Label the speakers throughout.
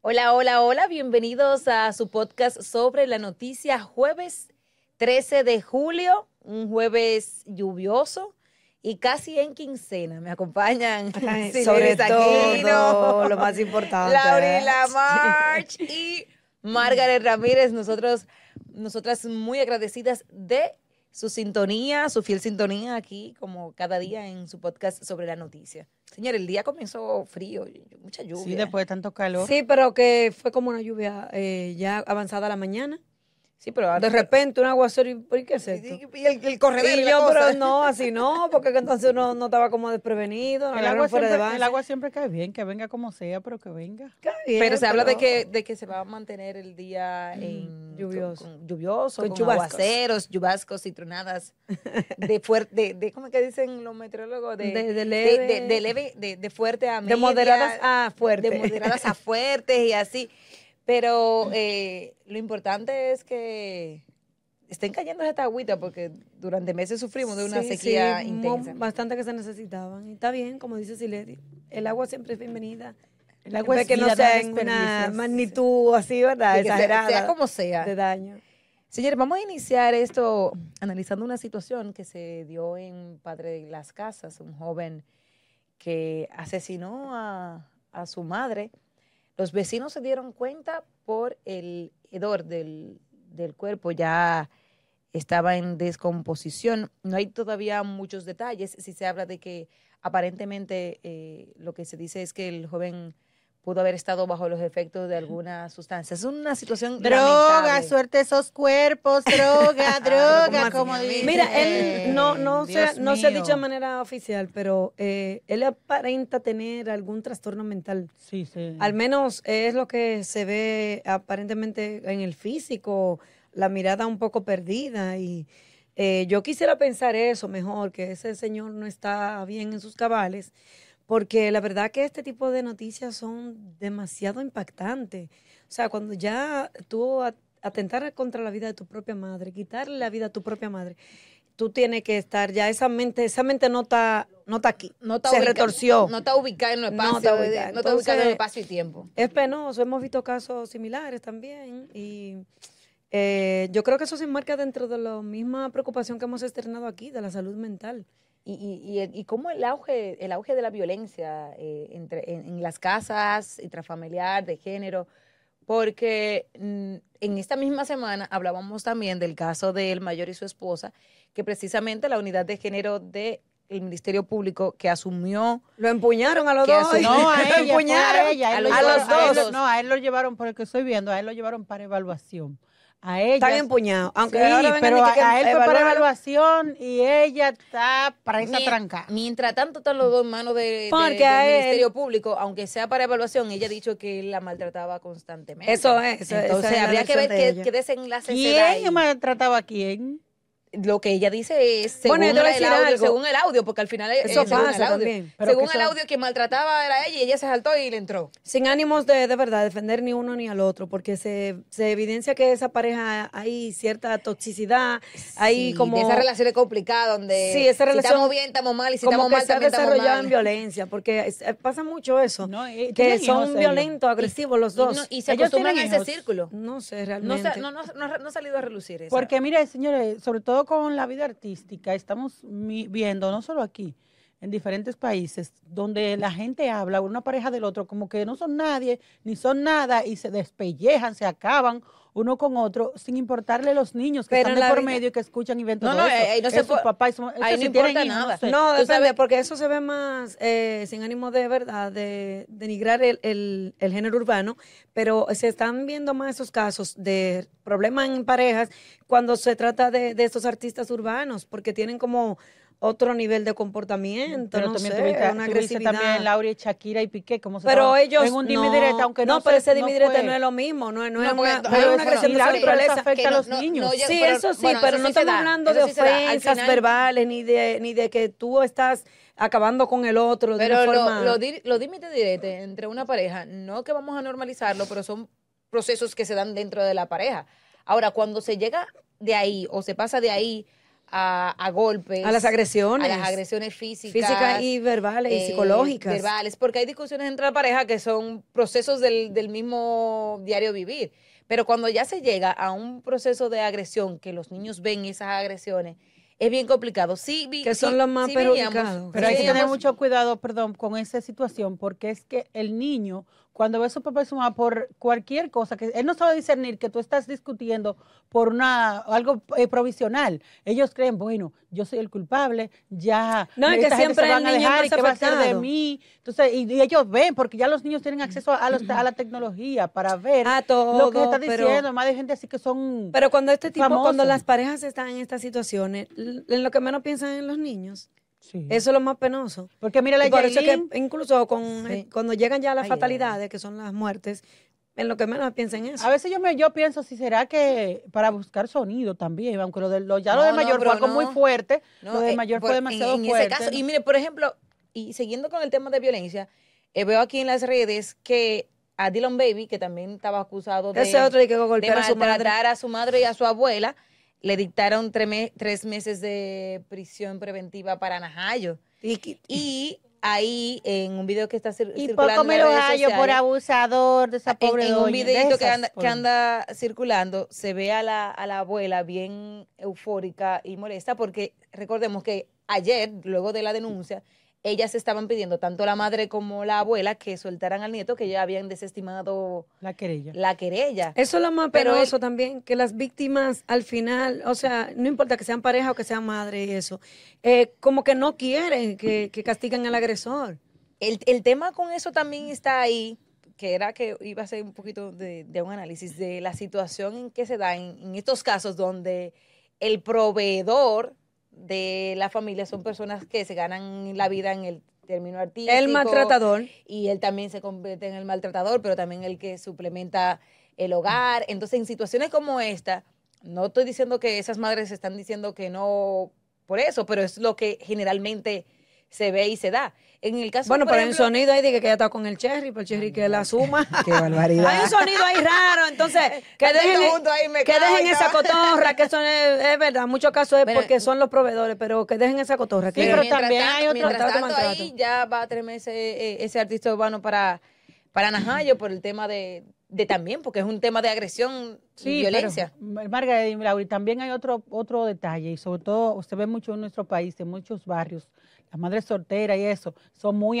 Speaker 1: Hola, hola, hola, bienvenidos a su podcast sobre la noticia jueves 13 de julio, un jueves lluvioso y casi en quincena. Me acompañan
Speaker 2: Ay,
Speaker 1: Silvia
Speaker 2: sobre
Speaker 1: Aquino,
Speaker 2: todo, lo más importante.
Speaker 1: Lauri Lamarch y Margaret Ramírez. Nosotros, nosotras muy agradecidas de su sintonía, su fiel sintonía aquí, como cada día en su podcast sobre la noticia. Señor, el día comenzó frío, mucha lluvia.
Speaker 3: Sí, después de tanto calor.
Speaker 2: Sí, pero que fue como una lluvia eh, ya avanzada la mañana.
Speaker 1: Sí, pero
Speaker 2: De repente un aguacero y ¿por qué es esto?
Speaker 1: Y el, el corredor.
Speaker 2: Y
Speaker 1: la
Speaker 2: yo,
Speaker 1: cosa.
Speaker 2: pero no, así no, porque que entonces uno no estaba como desprevenido, no
Speaker 3: El agua,
Speaker 2: agarraron fuera de
Speaker 3: siempre, el
Speaker 2: base.
Speaker 3: agua siempre cae bien, que venga como sea, pero que venga.
Speaker 1: Pero se habla de que, de que se va a mantener el día en-
Speaker 2: Mm, lluvioso.
Speaker 1: con, con- lluvioso,
Speaker 2: Con
Speaker 1: con,
Speaker 2: chubascos.
Speaker 1: aguaceros, chubascos y tronadas de fuerte, de, de- ¿cómo es que dicen los meteorólogos? De,
Speaker 2: De- de
Speaker 1: de-
Speaker 2: leve.
Speaker 1: de, de leve, de, de fuerte a
Speaker 2: De moderadas
Speaker 1: media,
Speaker 2: a fuerte.
Speaker 1: de moderadas a fuertes y así. Pero eh, lo importante es que estén cayendo esta agüita porque durante meses sufrimos de una
Speaker 2: Sí,
Speaker 1: sequía
Speaker 2: sí, mo-
Speaker 1: intensa.
Speaker 2: Bastante que se necesitaban. Y está bien, como dice Siledi, el agua siempre es bienvenida.
Speaker 3: El agua es
Speaker 2: Siempre que no
Speaker 3: Pues vida,
Speaker 2: sea
Speaker 3: no
Speaker 2: en una
Speaker 3: desperdicios.
Speaker 2: magnitud así, ¿verdad?
Speaker 1: De que sea-
Speaker 2: Exagerada.
Speaker 1: sea como sea.
Speaker 2: De daño.
Speaker 1: Señores, vamos a iniciar esto analizando una situación que se dio en Padre de las Casas, un joven que asesinó a, a su madre. Los vecinos se dieron cuenta por el hedor del, del cuerpo, ya estaba en descomposición. No hay todavía muchos detalles, si se habla de que aparentemente eh, lo que se dice es que el joven pudo haber estado bajo los efectos de alguna sustancia. Es una situación
Speaker 3: Droga,
Speaker 1: lamentable.
Speaker 3: suerte esos cuerpos, droga, droga,
Speaker 2: ¿cómo
Speaker 3: como
Speaker 1: así?
Speaker 3: dice.
Speaker 2: Mira, él no, no, se,
Speaker 3: Dios
Speaker 2: no se ha
Speaker 3: mío.
Speaker 2: dicho de manera oficial, pero eh, él aparenta tener algún trastorno mental.
Speaker 3: Sí, sí.
Speaker 2: Al menos es lo que se ve aparentemente en el físico, la mirada un poco perdida. Y eh, yo quisiera pensar eso mejor, que ese señor no está bien en sus cabales, porque la verdad que este tipo de noticias son demasiado impactantes. O sea, cuando ya tú a- atentar contra la vida de tu propia madre, quitarle la vida a tu propia madre, tú tienes que estar ya, esa mente, esa mente no está, no está aquí,
Speaker 1: no está
Speaker 2: se
Speaker 1: ubica-
Speaker 2: retorció.
Speaker 1: No está ubicada en el
Speaker 2: No
Speaker 1: espacio, no
Speaker 2: está
Speaker 1: está,
Speaker 2: ubicada.
Speaker 1: no está ubicada en el
Speaker 2: Entonces-
Speaker 1: espacio y tiempo.
Speaker 2: Es penoso, hemos visto casos similares también y eh, yo creo que eso se enmarca dentro de la misma preocupación que hemos externado aquí, de la salud mental.
Speaker 1: Y, y, y, y cómo el auge, el auge de la violencia eh, entre, en, en las casas intrafamiliar, de género, porque mm, en esta misma semana hablábamos también del caso del mayor y su esposa, que precisamente la unidad de género del Ministerio Público que asumió
Speaker 2: Lo empuñaron a los
Speaker 1: Que
Speaker 2: dos.
Speaker 1: así-
Speaker 3: No, a
Speaker 2: lo
Speaker 3: ella, fue
Speaker 2: empuñaron.
Speaker 3: a ella.
Speaker 1: A
Speaker 3: él lo
Speaker 1: los
Speaker 3: llevaron-
Speaker 1: dos.
Speaker 3: a él lo- no, a él lo llevaron, por lo que estoy viendo, a él lo llevaron para evaluación. A ella.
Speaker 2: Están empuñados. Aunque
Speaker 3: sí,
Speaker 2: ahora vengan
Speaker 3: pero
Speaker 2: y
Speaker 3: a,
Speaker 2: que
Speaker 3: a él fue para
Speaker 2: evalúalo.
Speaker 3: evaluación y ella está para esa
Speaker 1: Mien-
Speaker 3: tranca.
Speaker 1: Mientras tanto están los dos en manos de- de-
Speaker 2: Porque
Speaker 1: del
Speaker 2: a él-
Speaker 1: Ministerio Público, aunque sea para evaluación, ella ha dicho que él la maltrataba constantemente.
Speaker 2: Eso es, esa-
Speaker 1: Entonces
Speaker 2: esa es la
Speaker 1: habría que
Speaker 2: versión
Speaker 1: ver
Speaker 2: de
Speaker 1: qué,
Speaker 2: ella.
Speaker 1: qué desenlace se da ahí.
Speaker 3: ¿Quién maltrataba a quién?
Speaker 1: Lo que ella dice es según,
Speaker 2: Bueno, yo te voy a
Speaker 1: el
Speaker 2: decir
Speaker 1: audio,
Speaker 2: algo.
Speaker 1: según el audio, porque al final eh,
Speaker 2: Eso
Speaker 1: según
Speaker 2: pasa
Speaker 1: el audio,
Speaker 2: también,
Speaker 3: pero
Speaker 1: según
Speaker 3: que
Speaker 1: el
Speaker 3: eso-
Speaker 1: audio que maltrataba era ella y ella se saltó y le entró.
Speaker 2: Sin ánimos de, de verdad defender ni uno ni al otro, porque se, se evidencia que esa pareja hay cierta toxicidad, hay
Speaker 1: Sí,
Speaker 2: como...
Speaker 1: de esa relación es complicada donde
Speaker 2: Sí, esa
Speaker 1: si
Speaker 2: relación-
Speaker 1: estamos bien estamos mal y si
Speaker 2: como
Speaker 1: estamos
Speaker 2: que
Speaker 1: mal
Speaker 2: se ha
Speaker 1: también estamos
Speaker 2: desarrollado en
Speaker 1: mal.
Speaker 2: violencia, porque es- eh, pasa mucho eso,
Speaker 3: No, eh,
Speaker 2: que
Speaker 3: tienen hijos
Speaker 2: son
Speaker 3: ellos.
Speaker 2: violentos, agresivos los
Speaker 1: Y
Speaker 2: dos. Eh,
Speaker 1: no- Y, se
Speaker 3: Ellos
Speaker 1: acostumbran a
Speaker 3: tienen
Speaker 1: ese
Speaker 3: hijos.
Speaker 1: círculo.
Speaker 2: No sé
Speaker 1: No,
Speaker 2: realmente.
Speaker 1: se- no, no, no- no ha salido a relucir eso.
Speaker 3: Porque mire, señores, sobre todo con la vida artística, estamos mi- viendo, no solo aquí, en diferentes países, donde la gente habla, una pareja del otro, como que no son nadie, ni son nada, y se despellejan, se acaban uno con otro, sin importarle los niños que
Speaker 2: Pero
Speaker 3: están de
Speaker 2: la
Speaker 3: por
Speaker 2: vida- eh,
Speaker 3: medio y que escuchan y ven
Speaker 1: No,
Speaker 3: todo
Speaker 1: no,
Speaker 3: eso.
Speaker 1: ahí no se
Speaker 3: Es su
Speaker 1: po-
Speaker 3: papá y su- es que
Speaker 1: ahí no
Speaker 3: si tienen
Speaker 1: importa
Speaker 3: hijos,
Speaker 1: nada.
Speaker 3: sé.
Speaker 2: No,
Speaker 1: Tú
Speaker 2: depende,
Speaker 1: sabes-
Speaker 2: porque eso se ve más eh, sin ánimo de verdad, de denigrar el, el- el género urbano, pero se están viendo más esos casos de problemas en parejas cuando se trata de, de estos artistas urbanos, porque tienen como otro nivel de comportamiento,
Speaker 3: Pero
Speaker 2: no
Speaker 3: también
Speaker 2: sé,
Speaker 3: tuviste,
Speaker 2: una
Speaker 3: tuviste
Speaker 2: agresividad.
Speaker 3: también Laura y Shakira y Piqué, como se
Speaker 2: pero
Speaker 3: estaban
Speaker 2: ellos
Speaker 3: en un dime
Speaker 2: no,
Speaker 3: directa, aunque no
Speaker 2: no, pero
Speaker 3: se-
Speaker 2: ese dime directa
Speaker 3: fue.
Speaker 2: no es lo mismo, no, es- no es
Speaker 1: No, porque-
Speaker 2: una, no
Speaker 1: pero
Speaker 2: es una
Speaker 1: eso no,
Speaker 2: agresión de
Speaker 1: pero-
Speaker 3: pero eso
Speaker 2: naturaleza.
Speaker 3: afecta
Speaker 1: que
Speaker 3: a
Speaker 1: no-
Speaker 3: los
Speaker 1: no-
Speaker 3: niños.
Speaker 1: no llega-
Speaker 2: Sí,
Speaker 1: pero-
Speaker 2: eso sí,
Speaker 1: bueno,
Speaker 2: pero
Speaker 1: eso
Speaker 2: no
Speaker 1: sí se
Speaker 2: estamos
Speaker 1: da,
Speaker 2: hablando de
Speaker 1: eso sí se da. Al
Speaker 2: ofensas
Speaker 1: final-
Speaker 2: verbales ni de ni de que tú estás acabando con el otro de
Speaker 1: Pero
Speaker 2: una
Speaker 1: lo,
Speaker 2: forma.
Speaker 1: lo, di- lo límite directo entre una pareja, no que vamos a normalizarlo, pero son procesos que se dan dentro de la pareja. Ahora, cuando se llega de ahí o se pasa de ahí a, a golpes.
Speaker 2: A las agresiones.
Speaker 1: A las agresiones físicas.
Speaker 2: Físicas y verbales y
Speaker 1: eh,
Speaker 2: psicológicas.
Speaker 1: Verbales, porque hay discusiones entre la pareja que son procesos del, del mismo diario vivir. Pero cuando ya se llega a un proceso de agresión, que los niños ven esas agresiones, es bien complicado. Sí, vi-
Speaker 2: Que
Speaker 1: sí-
Speaker 2: son los más
Speaker 1: sí veíamos-
Speaker 2: perjudicados.
Speaker 3: Pero hay que
Speaker 1: sí
Speaker 3: tener
Speaker 1: veíamos-
Speaker 3: mucho cuidado, perdón, con esa situación, porque es que el niño, cuando ve a su papá y su mamá por cualquier cosa, que él no sabe discernir que tú estás discutiendo por una algo eh, provisional. Ellos creen, bueno, yo soy el culpable, ya
Speaker 2: No, es que
Speaker 3: esta gente
Speaker 2: siempre
Speaker 3: se
Speaker 2: el
Speaker 3: van a
Speaker 2: niño es
Speaker 3: alejar,
Speaker 2: más
Speaker 3: ¿qué va a hacer de
Speaker 2: afectado?
Speaker 3: mí? Entonces, y, y ellos ven, porque ya los niños tienen acceso a, los- a la tecnología para ver
Speaker 2: A Ah, todo,
Speaker 3: lo que está
Speaker 2: pero-
Speaker 3: diciendo, más de gente así que son...
Speaker 2: Pero cuando este tipo, cuando
Speaker 3: Famoso.
Speaker 2: las parejas están en estas situaciones, l- en lo que menos piensan en los niños.
Speaker 3: Sí.
Speaker 2: Eso es lo más penoso.
Speaker 3: porque mira la
Speaker 2: Y por eso es
Speaker 3: Yailin,
Speaker 2: que incluso con,
Speaker 1: Sí.
Speaker 2: cuando llegan ya las
Speaker 1: Ay, ay, ay.
Speaker 2: fatalidades, que son las muertes, en lo que menos piensan en eso.
Speaker 3: A veces yo me yo pienso si será que para buscar sonido también, aunque lo de, lo, ya lo
Speaker 1: No,
Speaker 3: del
Speaker 1: no,
Speaker 3: mayor fue
Speaker 1: pero
Speaker 3: algo muy
Speaker 1: no.
Speaker 3: fuerte,
Speaker 1: No,
Speaker 3: lo del
Speaker 1: eh,
Speaker 3: mayor
Speaker 1: por-
Speaker 3: fue demasiado
Speaker 1: en, en
Speaker 3: fuerte.
Speaker 1: Ese caso,
Speaker 3: ¿no?
Speaker 1: Y mire, por ejemplo, y siguiendo con el tema de violencia, eh, veo aquí en las redes que a Dylan Baby, que también estaba acusado de,
Speaker 2: Ese otro hay que
Speaker 1: de
Speaker 2: golpear a su madre.
Speaker 1: maltratar a su madre y a su abuela, le dictaron tres, me- tres meses de prisión preventiva para Najayo.
Speaker 2: Y-
Speaker 1: Y ahí, en un video que está cir-
Speaker 3: Y
Speaker 1: circulando
Speaker 3: poco
Speaker 1: en
Speaker 3: me
Speaker 1: las
Speaker 3: lo
Speaker 1: redes
Speaker 3: hallo por
Speaker 1: sociales,
Speaker 3: abusador de esa
Speaker 1: en,
Speaker 3: pobre
Speaker 1: en un
Speaker 3: doña, de
Speaker 1: videito que
Speaker 3: esas,
Speaker 1: anda, que
Speaker 3: por-
Speaker 1: anda circulando, se ve a la, a la abuela bien eufórica y molesta porque recordemos que ayer, luego de la denuncia, ellas estaban pidiendo, tanto la madre como la abuela, que soltaran al nieto, que ya habían desestimado
Speaker 3: la querella.
Speaker 1: la querella.
Speaker 2: Eso es lo más
Speaker 1: Pero él-
Speaker 2: penoso también, que las víctimas al final, o sea, no importa que sean pareja o que sean madre y eso, eh, como que no quieren que, que castigan al agresor.
Speaker 1: El, el tema con eso también está ahí, que era que iba a ser un poquito de, de un análisis de la situación en que se da en, en estos casos donde el proveedor de la familia son personas que se ganan la vida en el término artístico.
Speaker 2: El maltratador.
Speaker 1: Y él también se convierte en el maltratador, pero también el que suplementa el hogar. Entonces, en situaciones como esta, no estoy diciendo que esas madres están diciendo que no por eso, pero es lo que generalmente se ve y se da. En el caso,
Speaker 2: Bueno,
Speaker 1: por
Speaker 2: pero hay un
Speaker 1: ejemplo,
Speaker 2: sonido ahí de que que ella está con el cherry, pero el cherry que la suma.
Speaker 1: Qué barbaridad.
Speaker 2: Hay un sonido ahí raro, entonces, que
Speaker 1: Están
Speaker 2: dejen,
Speaker 1: todos juntos ahí, me
Speaker 2: que
Speaker 1: cago
Speaker 2: dejen
Speaker 1: y
Speaker 2: esa
Speaker 1: todo.
Speaker 2: cotorra, que son, es, es verdad, en muchos casos es
Speaker 1: Bueno,
Speaker 2: porque son los proveedores, pero que dejen esa cotorra.
Speaker 3: Sí,
Speaker 2: que-
Speaker 3: pero
Speaker 1: mientras
Speaker 3: también
Speaker 1: tanto-
Speaker 3: hay otro-
Speaker 1: mientras
Speaker 2: Maltrato,
Speaker 1: tanto ahí
Speaker 2: maltrato.
Speaker 1: ya va a tres meses eh, ese artista urbano para, para Najayo por el tema de, de también, porque es un tema de agresión y
Speaker 3: pero,
Speaker 1: violencia.
Speaker 3: Mar- Margarita y Laura, y también hay otro, otro detalle, y sobre todo se ve mucho en nuestro país, en muchos barrios, las madres solteras y eso, son muy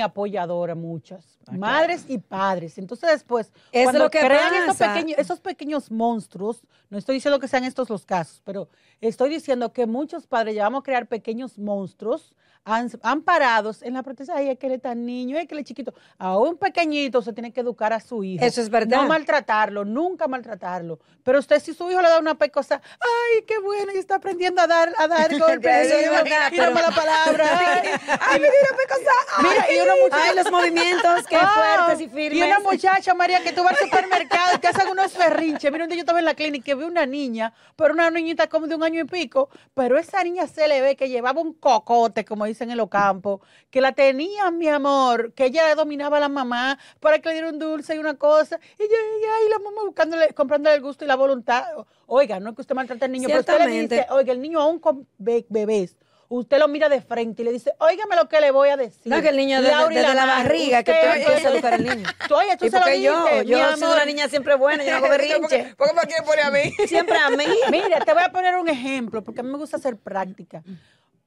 Speaker 1: Ah,
Speaker 3: apoyadoras muchas, madres y padres. Entonces después,
Speaker 2: Es
Speaker 3: cuando
Speaker 2: lo que
Speaker 3: crean esos
Speaker 2: pasa.
Speaker 3: pequeños, esos pequeños monstruos, no estoy diciendo que sean estos los casos, pero estoy diciendo que muchos padres llevamos a crear pequeños monstruos han- amparados en la protesta, ay, es que él es tan niño, es que él es chiquito. A un pequeñito se tiene que educar a su hijo.
Speaker 2: Eso es verdad.
Speaker 3: No maltratarlo, nunca maltratarlo. Pero usted si su hijo le da una pecosa, ay, qué bueno, y está aprendiendo a dar, a dar golpes.
Speaker 2: Eso es
Speaker 3: y una-
Speaker 2: verdad,
Speaker 3: y una
Speaker 2: pero-
Speaker 3: mala palabra. ay, ay, me dio una pecosa. ay, Mira, y una muchacha.
Speaker 2: Ay, los movimientos, qué
Speaker 3: Ah,
Speaker 2: fuertes y
Speaker 3: Y
Speaker 2: firmes.
Speaker 3: una muchacha, María, que tú vas al supermercado y te hacen unos berrinches. Mira, un día yo estaba en la clínica y vi una niña, pero una niñita como de un año y pico, pero esa niña se le ve que llevaba un cocote, como dicen en los campos, que la tenía, mi amor, que ella dominaba a la mamá para que le diera un dulce y una cosa. Y yo, y ay, la mamá buscándole, comprándole el gusto y la voluntad. Oiga, no es que usted maltrate al niño, pero usted le
Speaker 2: Ciertamente.
Speaker 3: dice, oiga, el niño aún con be- bebés. Usted lo mira de frente y le dice, óigame lo que le voy a decir.
Speaker 2: No, que el niño desde
Speaker 3: Laura y
Speaker 2: desde la
Speaker 3: madre,
Speaker 2: barriga, que
Speaker 3: usted-
Speaker 2: tú empiezas a educar al niño.
Speaker 3: Tú, oye, tú
Speaker 2: Y
Speaker 3: se lo
Speaker 2: porque yo,
Speaker 3: dices, mi
Speaker 2: yo he sido
Speaker 3: amor.
Speaker 2: una niña siempre buena, yo no hago berrinche.
Speaker 1: ¿Por qué me quiere poner a mí?
Speaker 2: Siempre a mí.
Speaker 3: Mira, te voy a poner un ejemplo, porque a mí me gusta hacer práctica.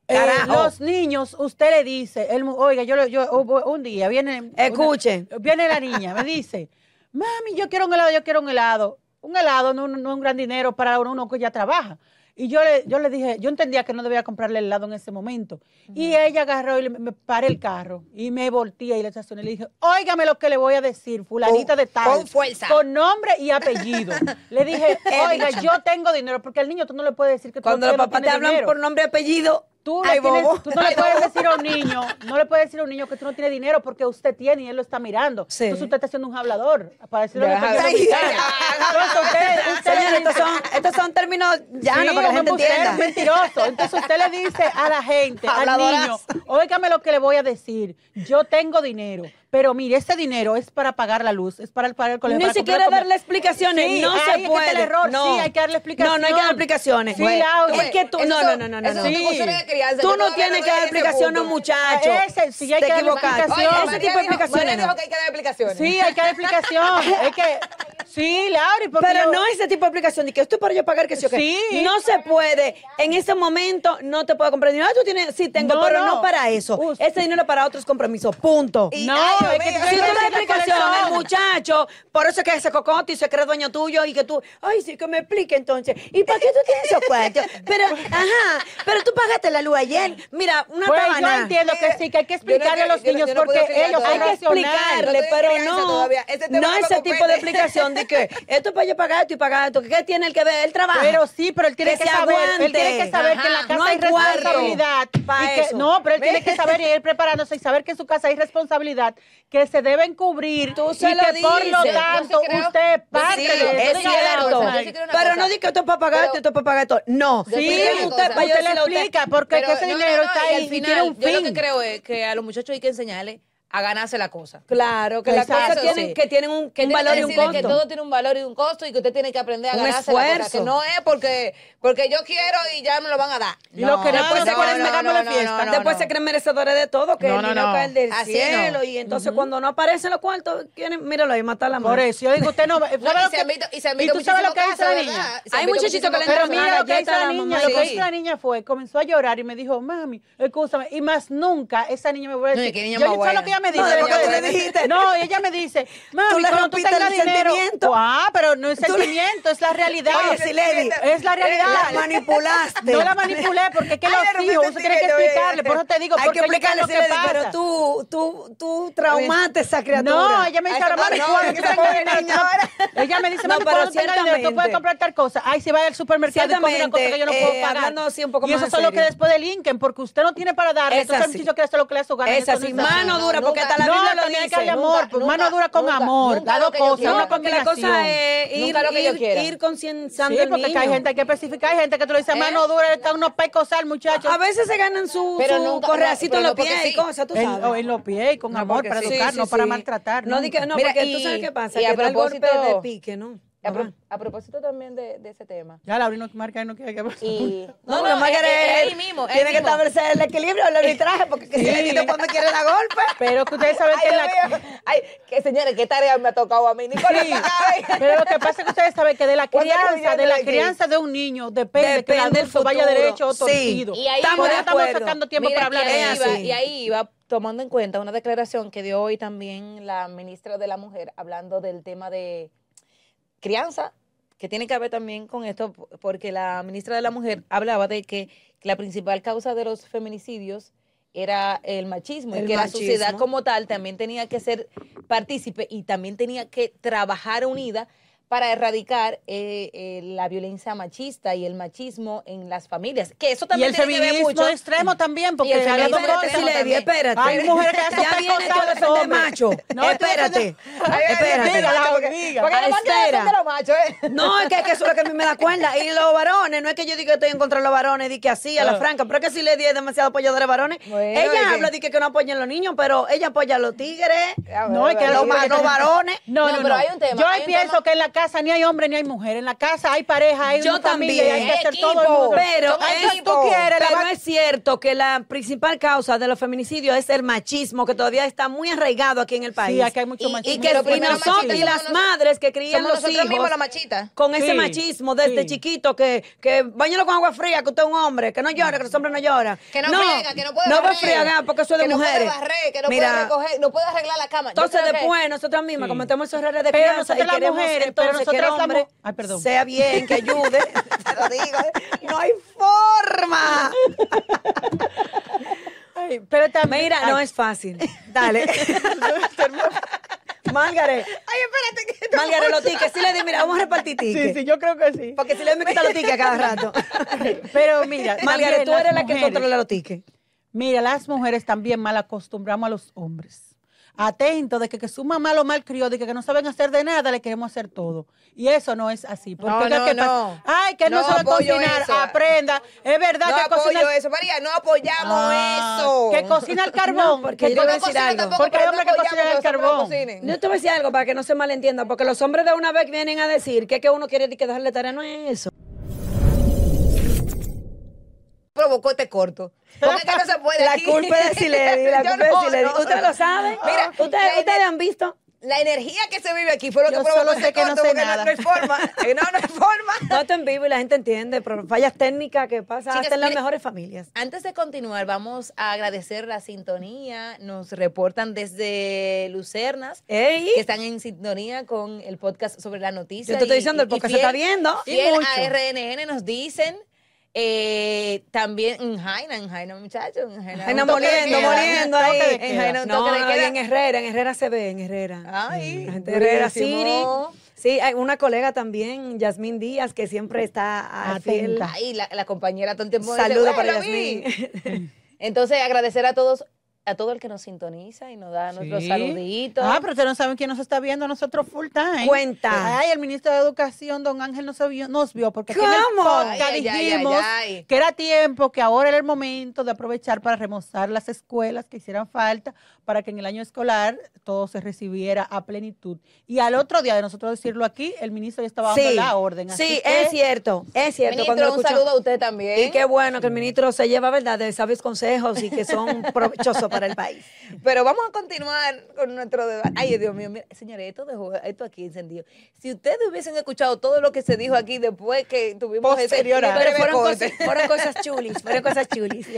Speaker 3: Eh,
Speaker 2: Carajo.
Speaker 3: los niños, usted le dice, el mu- oiga, yo, lo- yo hubo un día viene. una-
Speaker 2: Escuche.
Speaker 3: viene la niña, me dice, mami, yo quiero un helado, yo quiero un helado. Un helado no, no- no es un gran dinero para uno que ya trabaja. Y yo le, yo le dije, yo entendía que no debía comprarle el helado en ese momento. Y ella agarró y le- me paré el carro y me volteé y le estacioné. y Le dije, óigame lo que le voy a decir, fulanita de tal.
Speaker 1: con fuerza.
Speaker 3: Con nombre y apellido. le dije, oiga, yo tengo dinero, porque al niño tú no le puedes decir que tú
Speaker 2: Cuando
Speaker 3: no
Speaker 2: los
Speaker 3: tienes-
Speaker 2: papás
Speaker 3: no
Speaker 2: te
Speaker 3: tienes
Speaker 2: hablan
Speaker 3: dinero.
Speaker 2: por nombre y apellido,
Speaker 3: Tú,
Speaker 2: ay,
Speaker 3: no tienes-
Speaker 2: bobo.
Speaker 3: tú no le puedes decir a un niño, no le puedes decir a un niño que tú no tienes dinero porque usted tiene y él lo está mirando.
Speaker 2: Sí.
Speaker 3: Entonces usted está haciendo un hablador para decirle
Speaker 2: Ya,
Speaker 3: lo que yo
Speaker 2: ay,
Speaker 3: mexicano.
Speaker 1: ya.
Speaker 3: Entonces usted, usted le
Speaker 2: Señores, estos
Speaker 3: dice-
Speaker 2: son, estos son términos llanos
Speaker 3: Sí,
Speaker 2: para que
Speaker 3: un
Speaker 2: la gente
Speaker 3: embustero,
Speaker 2: entienda.
Speaker 3: un mentiroso. Entonces usted le dice a la gente, al
Speaker 1: Habladoras.
Speaker 3: niño, óigame lo que le voy a decir. Yo tengo dinero. Pero mire, ese dinero es para pagar la luz, es para pagar el colegio.
Speaker 2: Ni
Speaker 3: para comprar
Speaker 2: siquiera
Speaker 3: comida.
Speaker 2: darle explicaciones,
Speaker 3: Sí,
Speaker 2: no
Speaker 3: ahí es que
Speaker 2: se
Speaker 3: está
Speaker 2: puede.
Speaker 3: el error,
Speaker 2: no.
Speaker 3: sí, hay que
Speaker 2: No, no
Speaker 3: darle
Speaker 2: hay que dar
Speaker 3: explicación.
Speaker 2: explicaciones.
Speaker 3: Sí, Laura.
Speaker 2: es que tú,
Speaker 1: Eso-
Speaker 2: no, no, no, no, no.
Speaker 1: eso
Speaker 2: no.
Speaker 1: son
Speaker 3: Sí.
Speaker 1: discusiones de crianza.
Speaker 2: Tú
Speaker 1: Yo
Speaker 2: no
Speaker 1: todavía
Speaker 2: tienes
Speaker 1: estoy
Speaker 2: que dar
Speaker 1: en ese
Speaker 2: explicaciones,
Speaker 1: punto.
Speaker 2: muchacho.
Speaker 3: Ese, sí hay
Speaker 2: Te
Speaker 3: que darle
Speaker 2: equivocaste.
Speaker 3: explicaciones.
Speaker 1: Oye,
Speaker 2: Ese
Speaker 1: María
Speaker 2: tipo de
Speaker 1: dijo-
Speaker 2: explicaciones.
Speaker 1: María dijo
Speaker 2: no.
Speaker 1: que hay que dar explicaciones.
Speaker 3: Sí, hay que dar explicación. es que, sí, Laura, y porque
Speaker 2: Pero
Speaker 3: yo-
Speaker 2: no ese tipo de aplicación, de que esto es para yo pagar, que sí o que.
Speaker 3: Sí.
Speaker 2: No se puede. En ese momento no te puedo comprar dinero. Ah, tú tienes, sí tengo,
Speaker 3: No,
Speaker 2: pero
Speaker 3: no.
Speaker 2: no, para eso.
Speaker 3: Us-
Speaker 2: Ese dinero es para otros compromisos, punto.
Speaker 1: Y-
Speaker 3: No,
Speaker 1: Ay, Dios
Speaker 3: es que
Speaker 1: mío.
Speaker 3: tú
Speaker 2: si tú
Speaker 3: eres
Speaker 2: das
Speaker 3: la
Speaker 2: explicaciones,
Speaker 3: corazón.
Speaker 2: muchacho, por eso es que se cocote y se cree dueño tuyo y que tú, ay, sí, que me explique entonces. ¿Y para qué tú tienes esos cuartos? Pero, ajá, pero tú pagaste la luz ayer. Mira, una
Speaker 3: Pues yo
Speaker 2: tabana.
Speaker 3: entiendo que sí, que hay que
Speaker 1: Yo no
Speaker 3: explicarle a los
Speaker 1: entiendo, yo no-
Speaker 3: niños
Speaker 1: yo no
Speaker 3: porque
Speaker 1: puedo explicar
Speaker 3: ellos
Speaker 2: hay
Speaker 1: todavía.
Speaker 3: son
Speaker 2: que
Speaker 3: racionales.
Speaker 1: No estoy
Speaker 2: explicarle,
Speaker 1: en
Speaker 2: pero
Speaker 1: crianza
Speaker 2: no,
Speaker 1: todavía. Ese tema
Speaker 2: no
Speaker 1: no me
Speaker 2: ese
Speaker 1: compete.
Speaker 2: tipo de explicación de que esto es para yo pagar esto y pagar esto, que qué tiene el que ver el trabajo.
Speaker 3: Pero sí, pero él tiene que,
Speaker 2: Que se
Speaker 3: saber, él tiene
Speaker 2: aguante.
Speaker 3: que saber que en la
Speaker 2: Ajá.
Speaker 3: casa
Speaker 2: No
Speaker 3: hay
Speaker 2: hay cuarto
Speaker 3: responsabilidad.
Speaker 2: pa'
Speaker 3: y que-
Speaker 2: eso.
Speaker 3: no, pero él tiene que saber y ir preparándose y saber que en su casa hay responsabilidad, que se deben cubrir
Speaker 2: Tú
Speaker 3: y
Speaker 2: se lo
Speaker 3: que por
Speaker 2: dices.
Speaker 3: lo
Speaker 2: Yo sí
Speaker 3: tanto
Speaker 1: creo-
Speaker 3: usted es
Speaker 1: yo sí
Speaker 3: parte
Speaker 2: Sí,
Speaker 1: creo-
Speaker 3: de
Speaker 1: yo
Speaker 2: es
Speaker 1: sí
Speaker 3: eso.
Speaker 1: creo
Speaker 2: cierto.
Speaker 1: una cosa, yo sí creo una
Speaker 2: Pero
Speaker 1: cosa.
Speaker 2: no di que esto es para pagar esto,
Speaker 1: Pero-
Speaker 2: esto es para pagar esto. No.
Speaker 1: Yo sí
Speaker 3: Sí,
Speaker 1: creo
Speaker 2: Dígame
Speaker 1: una
Speaker 2: usted
Speaker 1: cosa.
Speaker 2: para yo
Speaker 3: usted
Speaker 2: decirle
Speaker 3: le
Speaker 2: a usted.
Speaker 3: explica porque es que ese
Speaker 1: no, no,
Speaker 3: dinero
Speaker 1: no,
Speaker 3: está
Speaker 1: y al
Speaker 3: ahí y tiene
Speaker 1: final,
Speaker 3: un
Speaker 1: Yo lo que
Speaker 3: fin.
Speaker 1: creo es que a los muchachos hay que enseñarles a ganarse la cosa.
Speaker 2: Claro, que las
Speaker 3: Exacto,
Speaker 2: cosas tienen,
Speaker 1: sí.
Speaker 2: que tienen un,
Speaker 1: Que tiene
Speaker 2: un
Speaker 1: que
Speaker 2: valor y un
Speaker 1: decirle Que todo
Speaker 2: costo.
Speaker 1: tiene un valor y un costo y que usted tiene que aprender a
Speaker 2: Un
Speaker 1: ganarse la cosa.
Speaker 2: esfuerzo.
Speaker 1: Que no es porque, porque yo quiero y ya me lo van a dar.
Speaker 3: Y lo que no,
Speaker 1: después
Speaker 3: no,
Speaker 1: se
Speaker 3: no,
Speaker 1: ponen
Speaker 3: no,
Speaker 1: pegando
Speaker 3: no,
Speaker 1: la
Speaker 3: no,
Speaker 1: fiesta.
Speaker 3: no,
Speaker 2: Después se creen merecedores de todo, que
Speaker 3: No,
Speaker 2: el
Speaker 3: no,
Speaker 2: dinero
Speaker 3: no.
Speaker 2: cae del
Speaker 1: Así es,
Speaker 2: cielo.
Speaker 1: no.
Speaker 2: Y entonces cuando no aparecen los cuartos, quieren, míralo ahí, matar la
Speaker 3: Por
Speaker 2: madre.
Speaker 3: eso, yo digo, usted no...
Speaker 1: No,
Speaker 3: ¿sabe
Speaker 1: y se
Speaker 3: lo que-
Speaker 1: han visto- y se han
Speaker 3: ¿Y
Speaker 1: visto
Speaker 3: tú sabes lo que
Speaker 1: muchísimos
Speaker 3: hizo la
Speaker 1: casos,
Speaker 3: niña?
Speaker 1: ¿verdad? Se
Speaker 2: Hay
Speaker 1: han visto
Speaker 2: muchachitos que
Speaker 1: muchísimos
Speaker 2: le
Speaker 1: casos.
Speaker 3: Pero
Speaker 2: entran
Speaker 3: mira lo que hizo
Speaker 2: galleta a
Speaker 3: la
Speaker 2: la
Speaker 3: niña,
Speaker 2: mamá.
Speaker 3: lo que
Speaker 1: Sí.
Speaker 3: hizo la niña fue, comenzó a llorar y me dijo, mami, escúchame, y más nunca esa niña me vuelve a
Speaker 1: No,
Speaker 3: decir.
Speaker 1: y qué niña
Speaker 3: yo,
Speaker 1: más
Speaker 3: ¿sabes
Speaker 1: buena.
Speaker 3: lo que ella me
Speaker 1: No,
Speaker 3: dice?
Speaker 1: de lo
Speaker 3: Ella
Speaker 1: que tú
Speaker 3: me
Speaker 1: le
Speaker 3: dice-
Speaker 2: dijiste.
Speaker 3: No, y ella me dice, mami,
Speaker 2: Tú le
Speaker 3: cuando tú
Speaker 2: rompiste
Speaker 3: tengas
Speaker 2: el
Speaker 3: dinero.
Speaker 2: sentimiento.
Speaker 3: Ah, pero no es sentimiento, es la realidad.
Speaker 2: Oye, Sileni,
Speaker 3: es eh, la realidad.
Speaker 2: La manipulaste.
Speaker 3: No la manipulé porque es que
Speaker 2: Ay, le
Speaker 3: los
Speaker 2: rompiste
Speaker 3: hijos,
Speaker 2: el
Speaker 3: usted tiene que
Speaker 2: sentimiento,
Speaker 3: explicarle,
Speaker 2: oye,
Speaker 3: por eso te digo,
Speaker 2: Hay
Speaker 3: porque
Speaker 2: que
Speaker 3: yo sé
Speaker 2: explicarle,
Speaker 3: lo que
Speaker 2: Sileni, pero
Speaker 3: pasa.
Speaker 2: tú, tú, tú traumaste a esa criatura.
Speaker 3: No, ella me dice,
Speaker 1: Ay,
Speaker 3: ahora mami,
Speaker 1: no,
Speaker 3: cuando
Speaker 1: que
Speaker 3: tú
Speaker 1: esa
Speaker 3: tengas
Speaker 1: pobre
Speaker 3: dinero-
Speaker 2: niña ahora.
Speaker 3: Ella me dice,
Speaker 2: No,
Speaker 3: mami,
Speaker 2: pero
Speaker 3: cuando tengas dinero, tú puedes
Speaker 2: ciertamente.
Speaker 3: comprar tal cosa. Ay, si vaya al supermercado y come una cosa que yo no
Speaker 2: Ciertamente,
Speaker 3: puedo
Speaker 2: eh,
Speaker 3: pagar.
Speaker 2: hablando así un poco
Speaker 3: y
Speaker 2: más
Speaker 3: eso
Speaker 2: en
Speaker 3: son lo que
Speaker 2: serio.
Speaker 3: después delinquen, porque usted no tiene para darle.
Speaker 2: Es
Speaker 3: Entonces el
Speaker 2: así.
Speaker 3: muchacho quiere hacer lo que le da su gana.
Speaker 2: Es
Speaker 3: Eso no
Speaker 2: así,
Speaker 3: así.
Speaker 2: mano dura, porque hasta la
Speaker 3: no,
Speaker 2: Biblia lo
Speaker 3: también hay que
Speaker 2: dice.
Speaker 3: darle amor,
Speaker 1: Nunca,
Speaker 3: pues, mano
Speaker 1: nunca,
Speaker 3: dura con
Speaker 1: nunca,
Speaker 3: amor,
Speaker 1: nunca
Speaker 3: da
Speaker 1: lo
Speaker 3: dos
Speaker 1: que yo
Speaker 3: cosas,
Speaker 1: quiero.
Speaker 2: No,
Speaker 3: una
Speaker 2: porque la
Speaker 3: combinación.
Speaker 2: cosa es ir,
Speaker 1: Nunca lo que yo
Speaker 2: ir-
Speaker 1: quiera.
Speaker 2: ir concientizando
Speaker 3: Sí,
Speaker 2: al
Speaker 3: porque
Speaker 2: niño. Eh.
Speaker 3: hay gente que especifica, hay gente que tú le dices, mano dura, está unos pecos al muchacho.
Speaker 2: A veces se ganan su,
Speaker 1: Pero
Speaker 2: su
Speaker 1: nunca-
Speaker 2: correacito
Speaker 1: no,
Speaker 2: en los
Speaker 1: pero no,
Speaker 2: pies
Speaker 1: porque
Speaker 2: y
Speaker 1: sí.
Speaker 2: cosas, tú
Speaker 3: En-
Speaker 2: sabes.
Speaker 3: o en los pies, y con
Speaker 2: No,
Speaker 3: amor,
Speaker 2: porque
Speaker 3: para
Speaker 2: sí,
Speaker 3: educar,
Speaker 2: sí,
Speaker 3: no para
Speaker 2: sí.
Speaker 3: maltratar.
Speaker 2: No, di que- no
Speaker 1: Mira,
Speaker 2: porque
Speaker 1: y-
Speaker 2: tú sabes qué pasa,
Speaker 1: y a
Speaker 2: que da el golpe
Speaker 1: propósito-
Speaker 2: de pique, ¿no?
Speaker 1: A, pro-
Speaker 2: Ajá.
Speaker 1: a propósito también de, de ese tema.
Speaker 3: Ya, Laura, no marca, no quiere que pase.
Speaker 1: Y,
Speaker 2: No, no, más
Speaker 1: es-
Speaker 2: que
Speaker 1: es- es
Speaker 2: eres-
Speaker 1: ahí mismo. es
Speaker 2: Tiene
Speaker 1: ahí
Speaker 2: que
Speaker 1: mismo.
Speaker 2: establecer el equilibrio, el arbitraje, porque que si el niño cuando quiere dar golpe.
Speaker 3: Pero que ustedes saben que en la...
Speaker 1: Ay, Dios mío. Ay, que señores, qué tarea me ha tocado a mí. Nicolás,
Speaker 3: Sí,
Speaker 1: ay.
Speaker 3: pero lo que pasa es que ustedes saben que de la
Speaker 1: ¿Cuántas
Speaker 3: crianza,
Speaker 1: reuniones
Speaker 3: de la
Speaker 1: hay aquí?
Speaker 3: crianza de un niño depende, que el
Speaker 2: Depende el
Speaker 3: adulto vaya
Speaker 2: futuro.
Speaker 3: derecho o
Speaker 2: Sí.
Speaker 3: torcido.
Speaker 1: Y ahí
Speaker 3: Por
Speaker 1: va.
Speaker 3: eso estamos
Speaker 2: De acuerdo.
Speaker 3: sacando tiempo
Speaker 1: Mira,
Speaker 3: para hablar
Speaker 1: y
Speaker 3: de
Speaker 1: ahí
Speaker 2: ella,
Speaker 3: eso.
Speaker 1: iba-
Speaker 2: sí.
Speaker 1: Y ahí iba, tomando en cuenta una declaración que dio hoy también la ministra de la Mujer, hablando del tema de crianza, que tiene que ver también con esto, porque la ministra de la Mujer hablaba de que la principal causa de los feminicidios era el machismo y
Speaker 2: El
Speaker 1: que
Speaker 2: machismo.
Speaker 1: la sociedad como tal también tenía que ser partícipe y también tenía que trabajar unida para erradicar eh, eh, la violencia machista y el machismo en las familias, que eso
Speaker 3: Y
Speaker 1: también
Speaker 3: el
Speaker 1: tiene que ver
Speaker 3: feminismo
Speaker 1: mucho.
Speaker 3: extremo también, porque
Speaker 1: el
Speaker 3: hay
Speaker 1: feminismo
Speaker 3: dos
Speaker 2: Espérate,
Speaker 1: Espérate,
Speaker 3: cosas.
Speaker 1: extremo también.
Speaker 2: Siledi, espérate.
Speaker 3: Hay mujeres que hacen
Speaker 2: Ya viene tú a
Speaker 3: cosas a los
Speaker 2: defender
Speaker 3: hombres.
Speaker 2: macho.
Speaker 3: No, estoy
Speaker 2: espérate.
Speaker 3: Diga,
Speaker 2: Espérate.
Speaker 3: Laura,
Speaker 1: porque-
Speaker 3: diga.
Speaker 1: porque además que
Speaker 2: Espera.
Speaker 1: defiende a los machos, ¿eh?
Speaker 2: No, es que, es que eso es lo que a mí me da cuenta. Y los varones, no es que yo diga que estoy en contra de los varones, di que así, a la franca, pero es que si le di es demasiado apoyadora a varones.
Speaker 1: Ah. Bueno, ¿y
Speaker 2: ella
Speaker 1: qué?
Speaker 2: habla de que, que no apoyen a los niños, pero ella apoya a los tigres,
Speaker 3: No, hay que
Speaker 2: los,
Speaker 3: porque
Speaker 2: ma- los
Speaker 3: tenemos-
Speaker 2: varones.
Speaker 3: No,
Speaker 1: No,
Speaker 3: no,
Speaker 1: pero
Speaker 3: no.
Speaker 1: hay un tema,
Speaker 3: Yo
Speaker 1: hay un
Speaker 3: pienso
Speaker 1: tema.
Speaker 3: que en la casa ni hay hombre ni hay mujer. En la casa hay pareja, hay
Speaker 2: Yo
Speaker 3: una familia,
Speaker 2: también.
Speaker 3: y hay que hacer
Speaker 1: Equipo.
Speaker 3: todo el mundo.
Speaker 2: Pero,
Speaker 1: Somos
Speaker 2: es,
Speaker 1: equipo.
Speaker 2: pero
Speaker 3: la-
Speaker 2: es cierto que la principal causa de los feminicidios es el machismo, que todavía está muy arraigado aquí en el país.
Speaker 3: Sí, aquí hay mucho
Speaker 1: Y- y
Speaker 3: machismo.
Speaker 2: y que
Speaker 1: Los
Speaker 2: y,
Speaker 1: primeros
Speaker 2: nosotros-
Speaker 1: machistas
Speaker 2: y las
Speaker 1: somos nos-
Speaker 2: madres que crían
Speaker 1: Somos
Speaker 2: los
Speaker 1: nosotros mismos
Speaker 2: hijos
Speaker 1: la machita.
Speaker 2: con ese
Speaker 3: Sí,
Speaker 2: machismo desde
Speaker 3: sí.
Speaker 2: chiquito que, que bañalo con agua fría, que usted es un hombre, que no llora, que los hombres no lloran.
Speaker 1: Que no, friega, que no puede
Speaker 2: No va a
Speaker 1: barrer,
Speaker 2: friegar porque eso es de
Speaker 1: que
Speaker 2: mujeres.
Speaker 1: No puede barrer, que no
Speaker 2: Mira,
Speaker 1: puede recoger, no puede arreglar la cama. Yo
Speaker 2: entonces
Speaker 1: creo que-
Speaker 2: después nosotras mismas cometemos esos errores de
Speaker 3: Pero
Speaker 2: crianza
Speaker 3: nosotras
Speaker 2: y
Speaker 3: las
Speaker 2: queremos
Speaker 3: mujeres,
Speaker 2: entonces que
Speaker 3: pero
Speaker 2: el
Speaker 3: nosotras las
Speaker 2: hombre
Speaker 3: mu- Ay, perdón.
Speaker 2: sea bien, que ayude. Te lo digo, ¿eh? no hay forma.
Speaker 3: Ay, pero también...
Speaker 2: Mira, no es fácil. Dale. Margaret,
Speaker 1: Ay, espérate que
Speaker 2: Margaret, los tickets. Sí le di, mira, vamos a repartir tickets.
Speaker 3: yo creo que sí.
Speaker 2: Porque si le me quita los tickets a cada rato.
Speaker 3: Pero mira,
Speaker 2: Margaret,
Speaker 3: también
Speaker 2: tú eres
Speaker 3: las
Speaker 2: la que
Speaker 3: mujeres-
Speaker 2: controla los tickets.
Speaker 3: Mira, las mujeres también mal acostumbramos a los hombres atentos de que, que su mamá lo malcrió, de que, que no saben hacer de nada, le queremos hacer todo. Y eso no es así. Porque
Speaker 1: No,
Speaker 3: oiga
Speaker 1: no,
Speaker 3: que pa-
Speaker 1: no.
Speaker 3: Ay, que no,
Speaker 1: No
Speaker 3: sabe
Speaker 1: apoyo
Speaker 3: cocinar,
Speaker 1: eso.
Speaker 3: aprenda. Es verdad
Speaker 1: No
Speaker 3: que cocina...
Speaker 1: apoyo eso, María, no apoyamos
Speaker 3: Ah,
Speaker 1: eso.
Speaker 3: Que cocina al carbón.
Speaker 2: porque
Speaker 1: Yo le
Speaker 3: porque
Speaker 1: voy a decir
Speaker 3: cocina
Speaker 1: algo.
Speaker 3: Porque hay
Speaker 1: pero
Speaker 3: hombres
Speaker 1: no
Speaker 3: que cocinan al
Speaker 1: apoyamos que los hombres
Speaker 3: carbón.
Speaker 1: cocinen.
Speaker 2: Yo te voy a decir algo para que no se malentienda, porque los hombres de una vez vienen a decir que, que uno quiere que darle tarea, no es eso.
Speaker 1: provocó te este corto. Porque es que no se puede
Speaker 2: La
Speaker 1: aquí.
Speaker 2: culpa es de Siledi, la
Speaker 1: Yo
Speaker 2: culpa es de
Speaker 1: no,
Speaker 2: Siledi.
Speaker 1: no.
Speaker 2: Ustedes lo Ah, saben.
Speaker 1: Mira,
Speaker 2: ustedes,
Speaker 1: la,
Speaker 2: ustedes han visto.
Speaker 1: la energía que se vive aquí fue lo que
Speaker 3: Yo
Speaker 1: provocó
Speaker 3: solo
Speaker 1: te
Speaker 3: sé que no
Speaker 1: corto.
Speaker 3: sé
Speaker 1: porque
Speaker 3: nada.
Speaker 1: No, hay forma. Eh, No, no hay forma.
Speaker 2: No está en vivo y la gente entiende, pero fallas técnicas que pasan
Speaker 1: Chicas,
Speaker 2: hasta en las
Speaker 1: mire-
Speaker 2: mejores familias.
Speaker 1: Antes de continuar, vamos a agradecer la sintonía. Nos reportan desde Lucernas.
Speaker 2: Ey,
Speaker 1: que están en sintonía con el podcast sobre la noticia.
Speaker 2: Yo te estoy
Speaker 1: y-
Speaker 2: diciendo, el
Speaker 1: y- y
Speaker 2: podcast se
Speaker 1: fiel-
Speaker 2: está viendo, y
Speaker 1: Fiel
Speaker 2: mucho.
Speaker 1: a RNN nos dicen. eh, también en Jaina, en Jaina, muchachos. En Jaina,
Speaker 2: Jaina
Speaker 1: un toque de
Speaker 2: moliendo,
Speaker 1: queda.
Speaker 2: moliendo
Speaker 1: Un toque
Speaker 2: ahí.
Speaker 1: de queda. En Jaina, un
Speaker 2: No,
Speaker 1: toque de
Speaker 2: no,
Speaker 1: queda. Ah.
Speaker 2: y en Herrera, en Herrera se ve, en Herrera.
Speaker 1: Ay,
Speaker 2: La gente de Herrera City.
Speaker 1: durísimo.
Speaker 2: Sí, hay una colega también, Yasmín Díaz, que siempre está a fiel.
Speaker 3: Atenta.
Speaker 1: Ay, la, la compañera todo el tiempo dice,
Speaker 2: Saludos
Speaker 1: "Güey,
Speaker 2: para
Speaker 1: lo vi".
Speaker 2: Yasmín.
Speaker 1: Entonces, agradecer a todos, a todo el que nos sintoniza y nos da nuestros
Speaker 3: Sí.
Speaker 1: saluditos.
Speaker 3: Ah, pero ustedes no saben quién nos está viendo a nosotros full time.
Speaker 2: Cuenta.
Speaker 3: Ay, el ministro de Educación, don Ángel, nos vio, nos vio porque aquí en el
Speaker 2: ¿Cómo?
Speaker 3: podcast
Speaker 1: Ay, ay, ay,
Speaker 3: dijimos
Speaker 1: ay, ay.
Speaker 3: que era tiempo, que ahora era el momento de aprovechar para remozar las escuelas que hicieran falta para que en el año escolar todo se recibiera a plenitud. Y al otro día de nosotros decirlo aquí, el ministro ya estaba dando
Speaker 2: Sí,
Speaker 3: la orden. así
Speaker 2: sí,
Speaker 3: que-
Speaker 2: es cierto, es cierto. cuando
Speaker 1: Ministro,
Speaker 2: lo
Speaker 1: un
Speaker 2: escucho-
Speaker 1: saludo a usted también.
Speaker 2: Y qué bueno que el ministro se lleva, ¿verdad?, de sabios consejos y que son provechosos para el país.
Speaker 1: Pero vamos a continuar con nuestro debate. Ay, Dios mío, mira, señores, esto dejó esto aquí encendido. Si ustedes hubiesen escuchado todo lo que se dijo aquí después que tuvimos ese
Speaker 3: Posterior a-
Speaker 1: breve
Speaker 2: Pero fueron,
Speaker 1: corte.
Speaker 2: cosas, fueron cosas chulis, fueron cosas chulis. y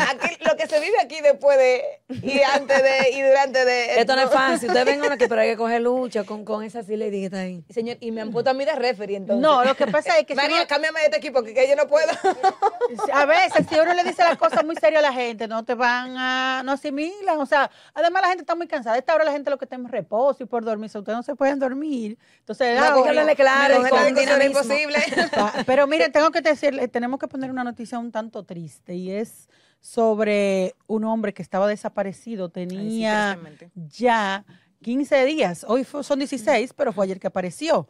Speaker 1: Aquí, lo que se vive aquí después de y antes de y durante de
Speaker 2: Esto no es fácil. Ustedes vengan aquí, pero hay que coger lucha con, con esa siledi que está ahí.
Speaker 1: Señor, y me han puesto a mí de referee entonces.
Speaker 3: No, lo que pasa es que si
Speaker 1: María,
Speaker 3: uno-
Speaker 1: cámbiame de este equipo que, que yo no puedo.
Speaker 3: A veces, si uno le dice las cosas muy serias a la gente, no te van a, no asimilan. O sea, además la gente está muy cansada. A esta hora la gente lo que está en reposo y por dormirse. Ustedes no se pueden dormir. Entonces,
Speaker 2: No,
Speaker 3: ah,
Speaker 2: porque
Speaker 3: bueno,
Speaker 2: hablarle claro
Speaker 3: me
Speaker 2: y
Speaker 1: Con esta
Speaker 3: conecto.
Speaker 2: con
Speaker 1: discusión
Speaker 2: dinamismo.
Speaker 1: imposible.
Speaker 3: Pa- Ah, Pero miren, tengo que decirle, tenemos que poner una noticia un tanto triste y es sobre un hombre que estaba desaparecido, tenía
Speaker 1: tristemente.
Speaker 3: ya 15 días, hoy fue- son 16, pero fue ayer que apareció.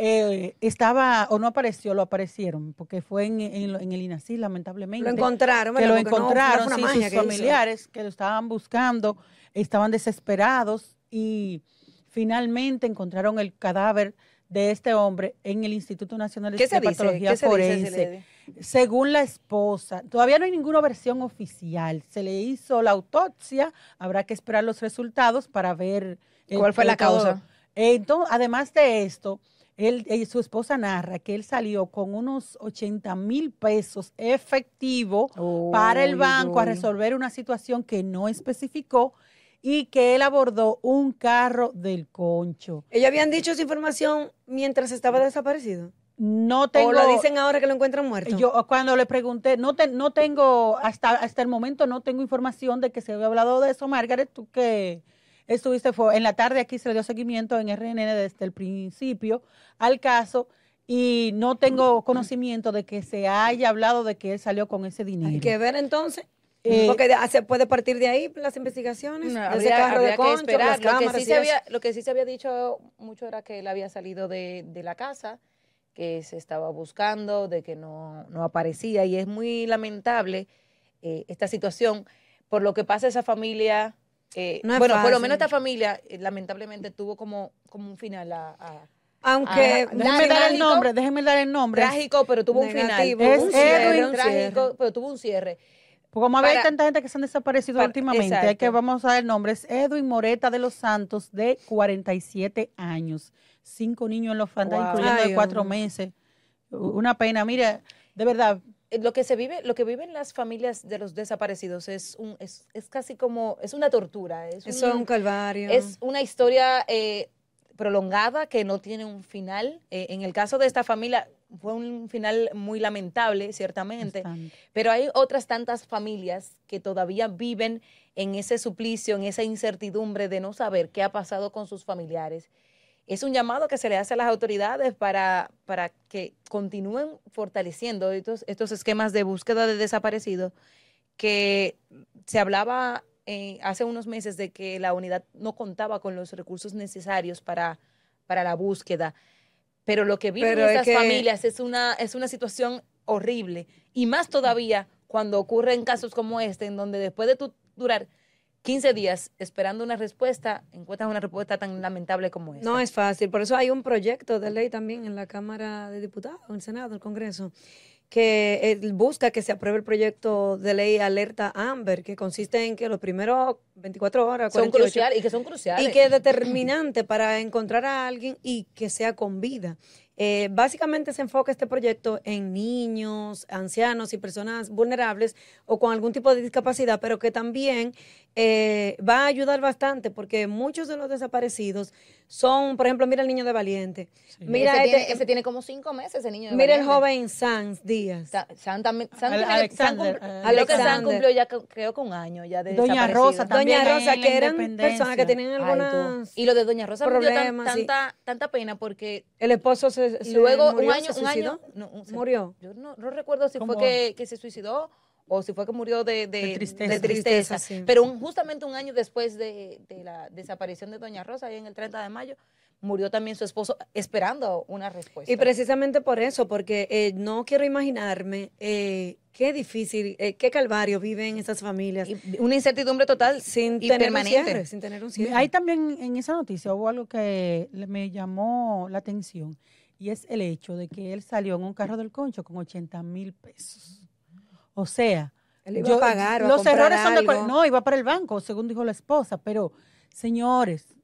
Speaker 3: Eh, estaba o no apareció, lo aparecieron, porque fue en, en lo- en el INACI, lamentablemente
Speaker 2: Lo encontraron,
Speaker 3: que
Speaker 2: ¿verdad?
Speaker 3: lo
Speaker 2: Porque no- no fue
Speaker 3: encontraron,
Speaker 2: una
Speaker 3: sí,
Speaker 2: magia
Speaker 3: sus
Speaker 2: que hizo.
Speaker 3: familiares que lo estaban buscando, estaban desesperados y finalmente encontraron el cadáver de este hombre en el Instituto Nacional de
Speaker 1: ¿Qué se dice?
Speaker 3: Patología
Speaker 1: ¿Qué se
Speaker 3: Forense.
Speaker 1: dice? si le-
Speaker 3: Según la esposa, todavía no hay ninguna versión oficial. Se le hizo la autopsia, habrá que esperar los resultados para ver el-
Speaker 1: ¿Cuál fue la
Speaker 3: el todo.
Speaker 1: causa?
Speaker 3: Entonces, además de esto, él, eh, su esposa narra que él salió con unos 80 mil pesos efectivo para el
Speaker 1: Uy,
Speaker 3: banco a
Speaker 1: uy.
Speaker 3: resolver una situación que no especificó y que él abordó un carro del concho.
Speaker 2: Ellos habían dicho esa información mientras
Speaker 1: Mm.
Speaker 2: estaba desaparecido.
Speaker 3: No tengo
Speaker 2: O la dicen ahora que lo encuentran muerto.
Speaker 3: Yo cuando le pregunté, no, te- no tengo, hasta, hasta el momento no tengo información de que se había hablado de eso, Margaret, tú que estuviste fue, en la tarde aquí, se le dio seguimiento en RNN desde el principio al caso y no tengo conocimiento de que se haya hablado de que él salió con ese dinero.
Speaker 2: hay que ver entonces.
Speaker 3: Eh,
Speaker 2: porque de- se puede partir de ahí las investigaciones.
Speaker 1: No,
Speaker 2: de ese
Speaker 1: habría,
Speaker 2: carro de
Speaker 1: habría
Speaker 2: concho,
Speaker 1: que esperar.
Speaker 2: las
Speaker 1: lo, que
Speaker 2: cámaras
Speaker 1: sí
Speaker 2: y
Speaker 1: se
Speaker 2: eso.
Speaker 1: había, lo que sí se había dicho mucho era que él había salido de, de la casa, que se estaba buscando, de que no, no aparecía. Y es muy lamentable eh, esta situación. Por lo que pasa esa familia, eh,
Speaker 2: No es
Speaker 1: bueno, por lo
Speaker 2: fácil.
Speaker 1: menos esta familia eh, lamentablemente tuvo como, como un final a- a-
Speaker 2: Aunque
Speaker 1: Ajá.
Speaker 2: no
Speaker 1: Déjame
Speaker 3: déjenme
Speaker 2: me
Speaker 1: Trágico.
Speaker 3: dar el nombre, déjenme dar el nombre.
Speaker 1: trágico, pero tuvo
Speaker 2: Negativo,
Speaker 1: un final.
Speaker 3: un
Speaker 1: un
Speaker 3: cierre,
Speaker 1: cierre,
Speaker 2: un
Speaker 1: trágico,
Speaker 2: cierre.
Speaker 1: pero tuvo un cierre.
Speaker 3: Como había
Speaker 1: Para-
Speaker 3: tanta gente que se han desaparecido
Speaker 1: para-
Speaker 3: últimamente, hay
Speaker 1: exacto.
Speaker 3: que vamos a dar el nombre. Es Edwin Moreta de los Santos, de 47 años. Cinco niños en los fantasmas,
Speaker 1: Wow.
Speaker 3: incluyendo
Speaker 2: Ay,
Speaker 3: de cuatro
Speaker 2: hombre.
Speaker 3: meses. U- Una pena. Mira, de verdad,
Speaker 1: eh, lo que se vive, lo que viven las familias de los desaparecidos es un, es, es casi como, es una tortura, es,
Speaker 2: Eso es un calvario.
Speaker 1: Mm. es una historia eh, prolongada que no tiene un final. Eh, en el caso de esta familia fue un final muy lamentable, ciertamente,
Speaker 3: bastante.
Speaker 1: pero hay otras tantas familias que todavía viven en ese suplicio, en esa incertidumbre de no saber qué ha pasado con sus familiares. Es un llamado que se le hace a las autoridades para, para que continúen fortaleciendo estos, estos esquemas de búsqueda de desaparecidos que se hablaba eh, hace unos meses de que la unidad no contaba con los recursos necesarios para, para la búsqueda, pero lo que viven
Speaker 2: Pero es
Speaker 1: estas
Speaker 2: que-
Speaker 1: familias es una, es una situación horrible y más todavía cuando ocurren casos como este, en donde después de tu durar 15 días esperando una respuesta, encuentras una respuesta tan lamentable como esta.
Speaker 2: No es fácil, por eso hay un proyecto de ley también en la Cámara de Diputados, en el Senado, en el Congreso, que eh, busca que se apruebe el proyecto de ley Alerta Amber, que consiste en que los primeros 24 horas,
Speaker 1: son
Speaker 2: 48,
Speaker 1: cruciales y que son cruciales.
Speaker 2: y que es determinante para encontrar a alguien y que sea con vida. Eh, básicamente se enfoca este proyecto en niños, ancianos y personas vulnerables o con algún tipo de discapacidad, pero que también eh, va a ayudar bastante porque muchos de los desaparecidos son, por ejemplo, mira el niño de Valiente, mira,
Speaker 1: ese,
Speaker 2: este-
Speaker 1: tiene, ese tiene como cinco meses, ese niño. de
Speaker 2: mira el
Speaker 1: Valiente.
Speaker 2: joven Sanz Díaz.
Speaker 1: Sa- San también. San
Speaker 3: Al-
Speaker 1: tiene- San cumpl-
Speaker 3: Alexander, eh,
Speaker 1: creo que San
Speaker 2: Alexander.
Speaker 1: cumplió ya co- creo que un año ya de
Speaker 3: Doña
Speaker 1: desaparecida.
Speaker 3: Rosa también.
Speaker 2: Doña
Speaker 3: ahí
Speaker 2: Rosa,
Speaker 3: en la
Speaker 2: que eran personas
Speaker 3: independencia.
Speaker 2: que tenían
Speaker 1: Ay, tú.
Speaker 2: algunas...
Speaker 1: y lo de Doña Rosa me dio tan-
Speaker 2: Problemas, sí.
Speaker 1: tanta, tanta pena porque
Speaker 2: El esposo se, se
Speaker 1: luego
Speaker 2: murió,
Speaker 1: un año,
Speaker 2: se
Speaker 1: un año,
Speaker 2: suicidó.
Speaker 1: no, un- se-
Speaker 2: Murió.
Speaker 1: yo no, no recuerdo si fue
Speaker 3: ¿Cómo?
Speaker 1: que, que se suicidó o si fue que murió de, de-
Speaker 3: De tristeza.
Speaker 1: de tristeza.
Speaker 2: Tristeza, sí.
Speaker 1: Pero un- justamente un año después de, de la desaparición de Doña Rosa, ahí en el 30 de mayo, murió también su esposo esperando una respuesta.
Speaker 2: Y precisamente por eso, porque eh, no quiero imaginarme eh, qué difícil, eh, qué calvario viven esas familias
Speaker 1: Y una incertidumbre total
Speaker 2: sin
Speaker 1: y
Speaker 2: tener
Speaker 1: permanente.
Speaker 2: un cierre, sin tener un cierre.
Speaker 3: Ahí también en esa noticia hubo algo que le- me llamó la atención y es el hecho de que él salió en un carro del concho con 80 mil pesos. O sea,
Speaker 2: Él iba
Speaker 3: yo-
Speaker 2: a pagar, o a
Speaker 3: los
Speaker 2: comprar
Speaker 3: errores son de cual-
Speaker 2: algo.
Speaker 3: No, iba para el banco, según dijo la esposa, pero señores,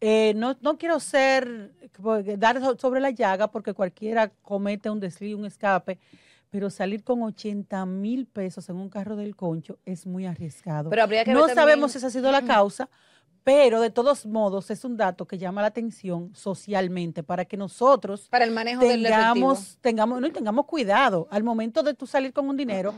Speaker 3: eh, no, no quiero ser, porque dar so- sobre la llaga porque cualquiera comete un desliz, un escape. Pero salir con 80 mil pesos en un carro del concho es muy arriesgado.
Speaker 1: Pero habría que
Speaker 3: No
Speaker 1: ver también-
Speaker 3: sabemos si esa ha sido la causa, pero de todos modos es un dato que llama la atención socialmente para que nosotros
Speaker 1: para el manejo del efectivo.
Speaker 3: tengamos, tengamos, no, y tengamos cuidado al momento de tú salir con un dinero.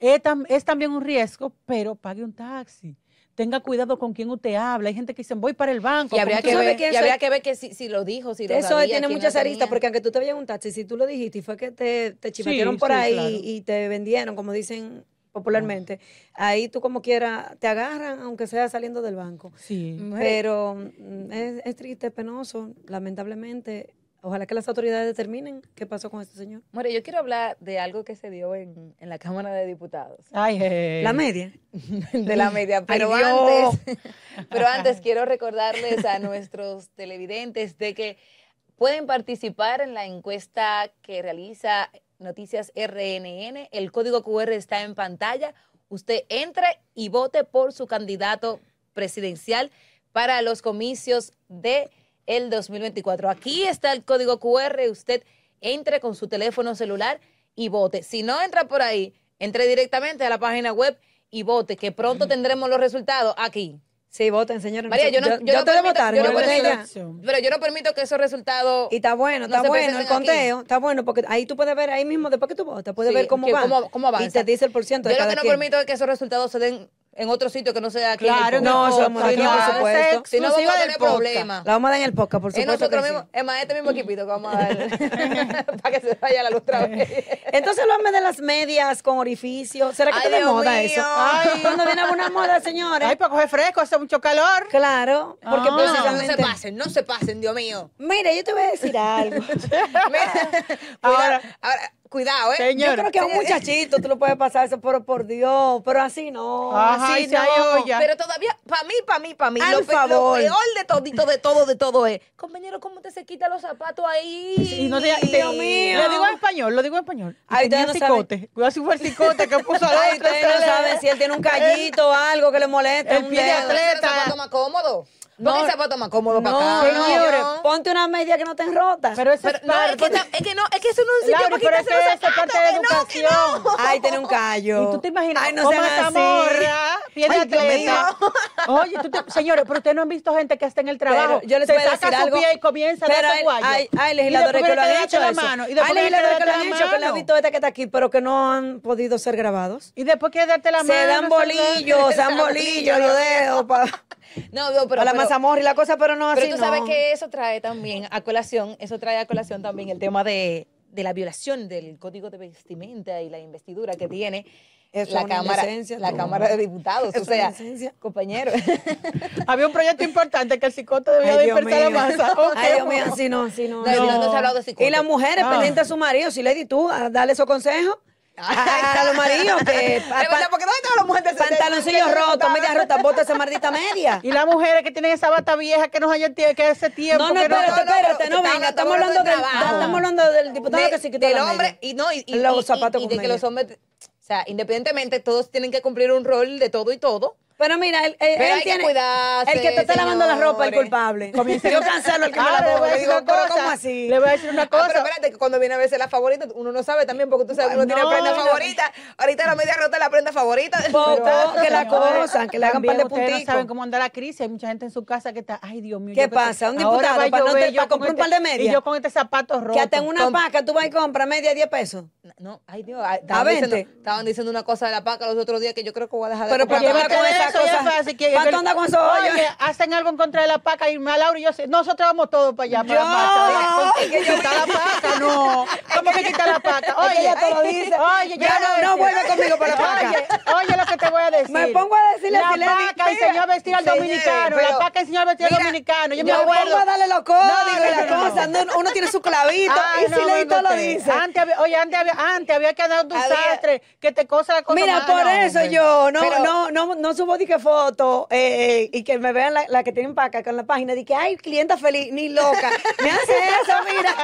Speaker 3: Es, tam- es también un riesgo, pero pague un taxi. Tenga cuidado con quién usted habla. Hay gente que dice, voy para el banco.
Speaker 1: Y habría
Speaker 3: como
Speaker 2: tú
Speaker 1: que
Speaker 2: sabes
Speaker 1: ver,
Speaker 2: que
Speaker 1: y
Speaker 2: eso
Speaker 1: habría
Speaker 2: es-
Speaker 1: que ver que si, si lo dijo, si lo
Speaker 2: Eso
Speaker 1: sabía,
Speaker 2: tiene
Speaker 1: quién lo
Speaker 2: muchas aristas,
Speaker 1: tenía.
Speaker 2: porque aunque tú te veas un taxi, si tú lo dijiste y fue que te, te chivatearon por
Speaker 3: sí,
Speaker 2: ahí
Speaker 3: claro.
Speaker 2: y te vendieron, como dicen popularmente, ahí tú como quiera te agarran, aunque sea saliendo del banco.
Speaker 3: tú- Sí.
Speaker 1: Mujer,
Speaker 2: Pero mm, es, es triste, es penoso, lamentablemente. Ojalá que las autoridades determinen qué pasó con este señor.
Speaker 1: mujer, yo quiero hablar de algo que se dio en, en la Cámara de Diputados,
Speaker 3: Ay, eh,
Speaker 2: La media.
Speaker 1: de la media, pero
Speaker 3: Dios.
Speaker 1: antes, pero antes quiero recordarles a nuestros televidentes de que pueden participar en la encuesta que realiza Noticias RNN, el código QR está en pantalla, usted entre y vote por su candidato presidencial para los comicios de el 2024. Aquí está el código QR, usted entre con su teléfono celular y vote. Si no entra por ahí, entre directamente a la página web y vote, que pronto tendremos los resultados aquí.
Speaker 2: Sí, voten, señores.
Speaker 1: María, yo no, yo no
Speaker 2: te de
Speaker 1: permito-
Speaker 2: votar,
Speaker 1: yo no
Speaker 2: yo voté
Speaker 1: permito-
Speaker 2: ya.
Speaker 3: ya.
Speaker 1: pero yo no permito que esos resultados...
Speaker 2: Y está bueno,
Speaker 1: No
Speaker 2: está
Speaker 1: se
Speaker 2: bueno el
Speaker 1: presenten aquí.
Speaker 2: conteo, está bueno, porque ahí tú puedes ver ahí mismo, después que tú votas, puedes
Speaker 1: Sí,
Speaker 2: ver cómo
Speaker 1: que
Speaker 2: va.
Speaker 1: cómo- cómo avanza.
Speaker 2: Y te dice el por ciento
Speaker 1: yo lo
Speaker 2: de cada
Speaker 1: que no
Speaker 2: quien.
Speaker 1: permito es que esos resultados se den en otro sitio que no sea aquí. en el
Speaker 3: Claro,
Speaker 1: podcast.
Speaker 2: No, eso lo vamos a
Speaker 3: Claro,
Speaker 2: dar aquí, por
Speaker 3: esa es
Speaker 2: supuesto.
Speaker 1: Si no, vamos a
Speaker 3: exclusiva del
Speaker 1: tener
Speaker 3: podcast.
Speaker 1: problemas.
Speaker 2: La vamos a dar en el podcast, por
Speaker 1: Es
Speaker 2: supuesto
Speaker 1: nosotros
Speaker 2: que sí.
Speaker 1: mismos, es más, este mismo equipito que vamos a dar para que se vaya la luz otra vez.
Speaker 2: Entonces háblame de las medias con orificio. ¿Será que
Speaker 1: Ay,
Speaker 2: está de
Speaker 1: Dios
Speaker 2: moda
Speaker 1: mío.
Speaker 2: eso? Ay, cuando viene alguna moda, señores.
Speaker 3: Ay, para coger fresco, hace mucho calor.
Speaker 2: claro, porque
Speaker 3: Ah.
Speaker 1: No, pues, no se
Speaker 2: precisamente...
Speaker 1: pasen, no se pasen, Dios mío.
Speaker 2: Mira, yo te voy a decir algo.
Speaker 1: Mira,
Speaker 3: Ahora-
Speaker 1: cuidado, ahora, cuidado, ¿eh?
Speaker 3: Señor.
Speaker 2: Yo creo que a un muchachito tú lo puedes pasar eso, pero por Dios, pero así no,
Speaker 3: Ajá,
Speaker 2: así
Speaker 3: y se
Speaker 2: no.
Speaker 3: hay olla.
Speaker 1: Pero todavía, para mí, para mí, para mí,
Speaker 2: Al
Speaker 1: lo, pe- lo
Speaker 2: favor.
Speaker 1: peor de todito, de todo, de todo es, compañero, ¿cómo te se quita los zapatos ahí?
Speaker 3: Y no te, y te-
Speaker 2: Dios mío.
Speaker 3: Lo digo en español, lo digo en español. Y
Speaker 2: Ay,
Speaker 3: tenía
Speaker 2: ustedes no
Speaker 3: cicote. Cuidado si fue el cicote que puso al
Speaker 2: Ay,
Speaker 3: otro.
Speaker 2: ustedes no
Speaker 3: se le- Eh,
Speaker 2: saben si él tiene un callito o algo que le molesta.
Speaker 3: El
Speaker 2: un
Speaker 3: pie de
Speaker 2: dedo.
Speaker 1: Pero ese es el
Speaker 3: atleta.
Speaker 1: zapato más cómodo. ¿Por qué el zapato más cómodo
Speaker 2: No,
Speaker 1: para acá?
Speaker 2: no,
Speaker 3: señores,
Speaker 2: ponte una media que no estén rota.
Speaker 3: Pero eso
Speaker 1: Pero,
Speaker 3: es
Speaker 1: no, es
Speaker 3: parte.
Speaker 1: que, ta- es que no, es que eso no es un sitio
Speaker 3: Laura,
Speaker 1: para
Speaker 3: pero es
Speaker 1: quitarse
Speaker 3: que
Speaker 1: los
Speaker 3: eso es
Speaker 1: zapatos,
Speaker 3: parte de
Speaker 1: que no, que no.
Speaker 3: educación.
Speaker 2: Ay, tiene un callo.
Speaker 3: Y tú te imaginas, Oh,
Speaker 2: Ay, no
Speaker 3: Oma
Speaker 2: sean así.
Speaker 3: Zamorra, pie de
Speaker 2: Ay, Dios
Speaker 3: atleta. Oye, tú te- señores, pero ustedes no han visto gente que está en el trabajo.
Speaker 2: Pero yo les
Speaker 3: se
Speaker 2: voy a
Speaker 3: saca
Speaker 2: decir
Speaker 3: su
Speaker 2: algo.
Speaker 3: pie y comienza
Speaker 2: Pero
Speaker 3: a dar
Speaker 2: hay-
Speaker 3: su guayo.
Speaker 2: Hay, hay
Speaker 3: Y
Speaker 2: legisladores
Speaker 3: después
Speaker 2: que lo han
Speaker 3: viene
Speaker 2: hecho.
Speaker 3: la
Speaker 2: eso.
Speaker 3: mano, y después
Speaker 2: Hay
Speaker 3: viene
Speaker 2: legisladores que lo
Speaker 3: la
Speaker 2: han hecho, que le han
Speaker 3: mano.
Speaker 2: visto esta que está aquí, pero que no han podido ser grabados.
Speaker 3: Y después que darte la mano.
Speaker 2: Se dan bolillos, se dan bolillos los dedos para
Speaker 1: No, no, pero,
Speaker 2: la
Speaker 1: pero-
Speaker 2: mazamorra y la cosa, pero no
Speaker 1: pero
Speaker 2: así.
Speaker 1: tú sabes
Speaker 2: Ah, no.
Speaker 1: que eso trae también a colación, eso trae a colación también el tema de, de la violación del código de vestimenta y la investidura que tiene
Speaker 2: Eso es
Speaker 1: la
Speaker 2: una
Speaker 1: Cámara,
Speaker 2: indecencia,
Speaker 1: la
Speaker 2: tú.
Speaker 1: Cámara de Diputados,
Speaker 2: Eso
Speaker 1: o
Speaker 2: es
Speaker 1: sea,
Speaker 2: indecencia.
Speaker 1: compañero.
Speaker 3: Había un proyecto importante que el psicote debía
Speaker 2: Ay, Dios
Speaker 3: dispersar la
Speaker 2: mío.
Speaker 3: masa.
Speaker 2: Ay, Dios
Speaker 3: Ok.
Speaker 2: mío, así no, así no.
Speaker 1: No,
Speaker 2: así
Speaker 1: no,
Speaker 2: no.
Speaker 1: no se ha hablado de
Speaker 2: Y
Speaker 1: psicote.
Speaker 2: las mujeres
Speaker 3: Ah.
Speaker 2: pendientes a su marido, si Lady tú, a darle esos consejos a, a los maridos que
Speaker 1: Es
Speaker 2: pa-
Speaker 1: verdad,
Speaker 2: pa-
Speaker 1: porque ¿dónde estaban los mujeres?
Speaker 2: pantaloncillos rotos, medias rotas, bota esa maldita media.
Speaker 3: Y las mujeres que tienen esa bata vieja que nos hayan tie- que hace tiempo.
Speaker 2: No, no,
Speaker 3: que
Speaker 2: espérate,
Speaker 1: no, no,
Speaker 2: espérate,
Speaker 1: no,
Speaker 2: no,
Speaker 1: estamos
Speaker 2: venga,
Speaker 1: hablando-
Speaker 2: estamos hablando del,
Speaker 1: estamos hablando de
Speaker 2: estamos hablando del diputado
Speaker 1: De-
Speaker 2: que se quitó
Speaker 1: del
Speaker 2: la media.
Speaker 1: hombre y no y, y-
Speaker 2: Los
Speaker 1: y- y-
Speaker 2: zapatos
Speaker 1: y
Speaker 2: con
Speaker 1: de que
Speaker 2: media.
Speaker 1: los hombres o sea independientemente todos tienen que cumplir un rol de todo y todo
Speaker 2: Pero mira, él, él-
Speaker 1: Pero
Speaker 2: él
Speaker 1: hay que
Speaker 2: tiene,
Speaker 1: cuidarse,
Speaker 2: el que te está lavando la ropa, el
Speaker 1: señores.
Speaker 2: culpable. Yo cancelo el que me
Speaker 3: Ahora
Speaker 2: la
Speaker 3: Ah, le voy
Speaker 2: ropa.
Speaker 3: a decir
Speaker 2: Digo,
Speaker 3: una
Speaker 2: pero
Speaker 3: cosa.
Speaker 2: ¿cómo así?
Speaker 3: Le voy a decir una
Speaker 1: Ah,
Speaker 3: cosa.
Speaker 1: pero espérate, que cuando viene a veces la favorita, uno no sabe también, porque tú sabes que uno tiene
Speaker 3: No,
Speaker 1: prenda
Speaker 3: no.
Speaker 1: favorita. Ahorita la media rota es la prenda favorita.
Speaker 2: Poco,
Speaker 3: Pero,
Speaker 2: que la
Speaker 3: señores,
Speaker 2: cosan, que le hagan par de
Speaker 3: también ustedes
Speaker 2: punticos.
Speaker 3: no saben cómo anda la crisis. Hay mucha gente en su casa que está, ay, Dios mío.
Speaker 2: ¿Qué
Speaker 3: yo que
Speaker 2: pasa? Un
Speaker 3: ahora
Speaker 2: diputado
Speaker 3: va a
Speaker 2: para no
Speaker 3: llover,
Speaker 2: te-
Speaker 3: yo
Speaker 2: para
Speaker 3: con
Speaker 2: comprar un par de medias.
Speaker 3: Y yo con este zapato roto.
Speaker 2: Que hasta en una
Speaker 1: Con-
Speaker 2: paca tú vas y compras media 10 pesos.
Speaker 1: No, ay Dios, ay, estaban,
Speaker 2: A
Speaker 1: diciendo,
Speaker 2: 20.
Speaker 1: estaban diciendo una cosa de la paca los otros días que yo creo que voy a dejar de
Speaker 2: Pero
Speaker 1: comprar
Speaker 2: ¿para qué
Speaker 1: paca.
Speaker 2: va con esas
Speaker 3: eso, ya es
Speaker 2: cosas?
Speaker 3: fácil, que-
Speaker 2: ¿Para qué anda con esos
Speaker 3: Oye,
Speaker 2: hoyos?
Speaker 3: hacen algo en contra de la paca y me Laura y yo, se- nosotros vamos todos para allá, para
Speaker 2: Yo-
Speaker 3: la paca. Quita la paca, no. ¿Cómo que quita la paca? Oye,
Speaker 2: ella te lo dice.
Speaker 3: Oye,
Speaker 2: Ya no- no vuelve conmigo para la paca.
Speaker 3: Oye, oye lo que te voy a decir.
Speaker 2: Me pongo a decirle
Speaker 3: La
Speaker 2: si le di-
Speaker 3: paca
Speaker 2: mira,
Speaker 3: enseñó a vestir al
Speaker 2: señores,
Speaker 3: dominicano, la
Speaker 1: pero-
Speaker 3: paca enseñó a vestir al
Speaker 1: mira,
Speaker 3: dominicano. Yo me
Speaker 2: Yo
Speaker 3: acuerdo.
Speaker 2: pongo a darle los
Speaker 3: No,
Speaker 2: códigos
Speaker 3: no,
Speaker 2: y las
Speaker 3: no, no.
Speaker 2: cosas. no, uno tiene su clavito
Speaker 3: Ay,
Speaker 2: y si
Speaker 3: Ah, no,
Speaker 2: le
Speaker 3: venga
Speaker 2: todo lo
Speaker 3: usted.
Speaker 2: dice.
Speaker 3: Antes había, oye, antes había, antes había que andar un
Speaker 1: Había-
Speaker 3: desastre, que te cosa la cosa
Speaker 2: Mira,
Speaker 3: más.
Speaker 2: por
Speaker 3: No,
Speaker 2: eso
Speaker 3: hombre.
Speaker 2: yo no,
Speaker 1: Pero-
Speaker 2: no, no, no subo ni que foto eh, eh, y que me vean la, la que tienen para acá con la página. Dije, ay, clienta feliz, ni loca. Me hace eso, mira.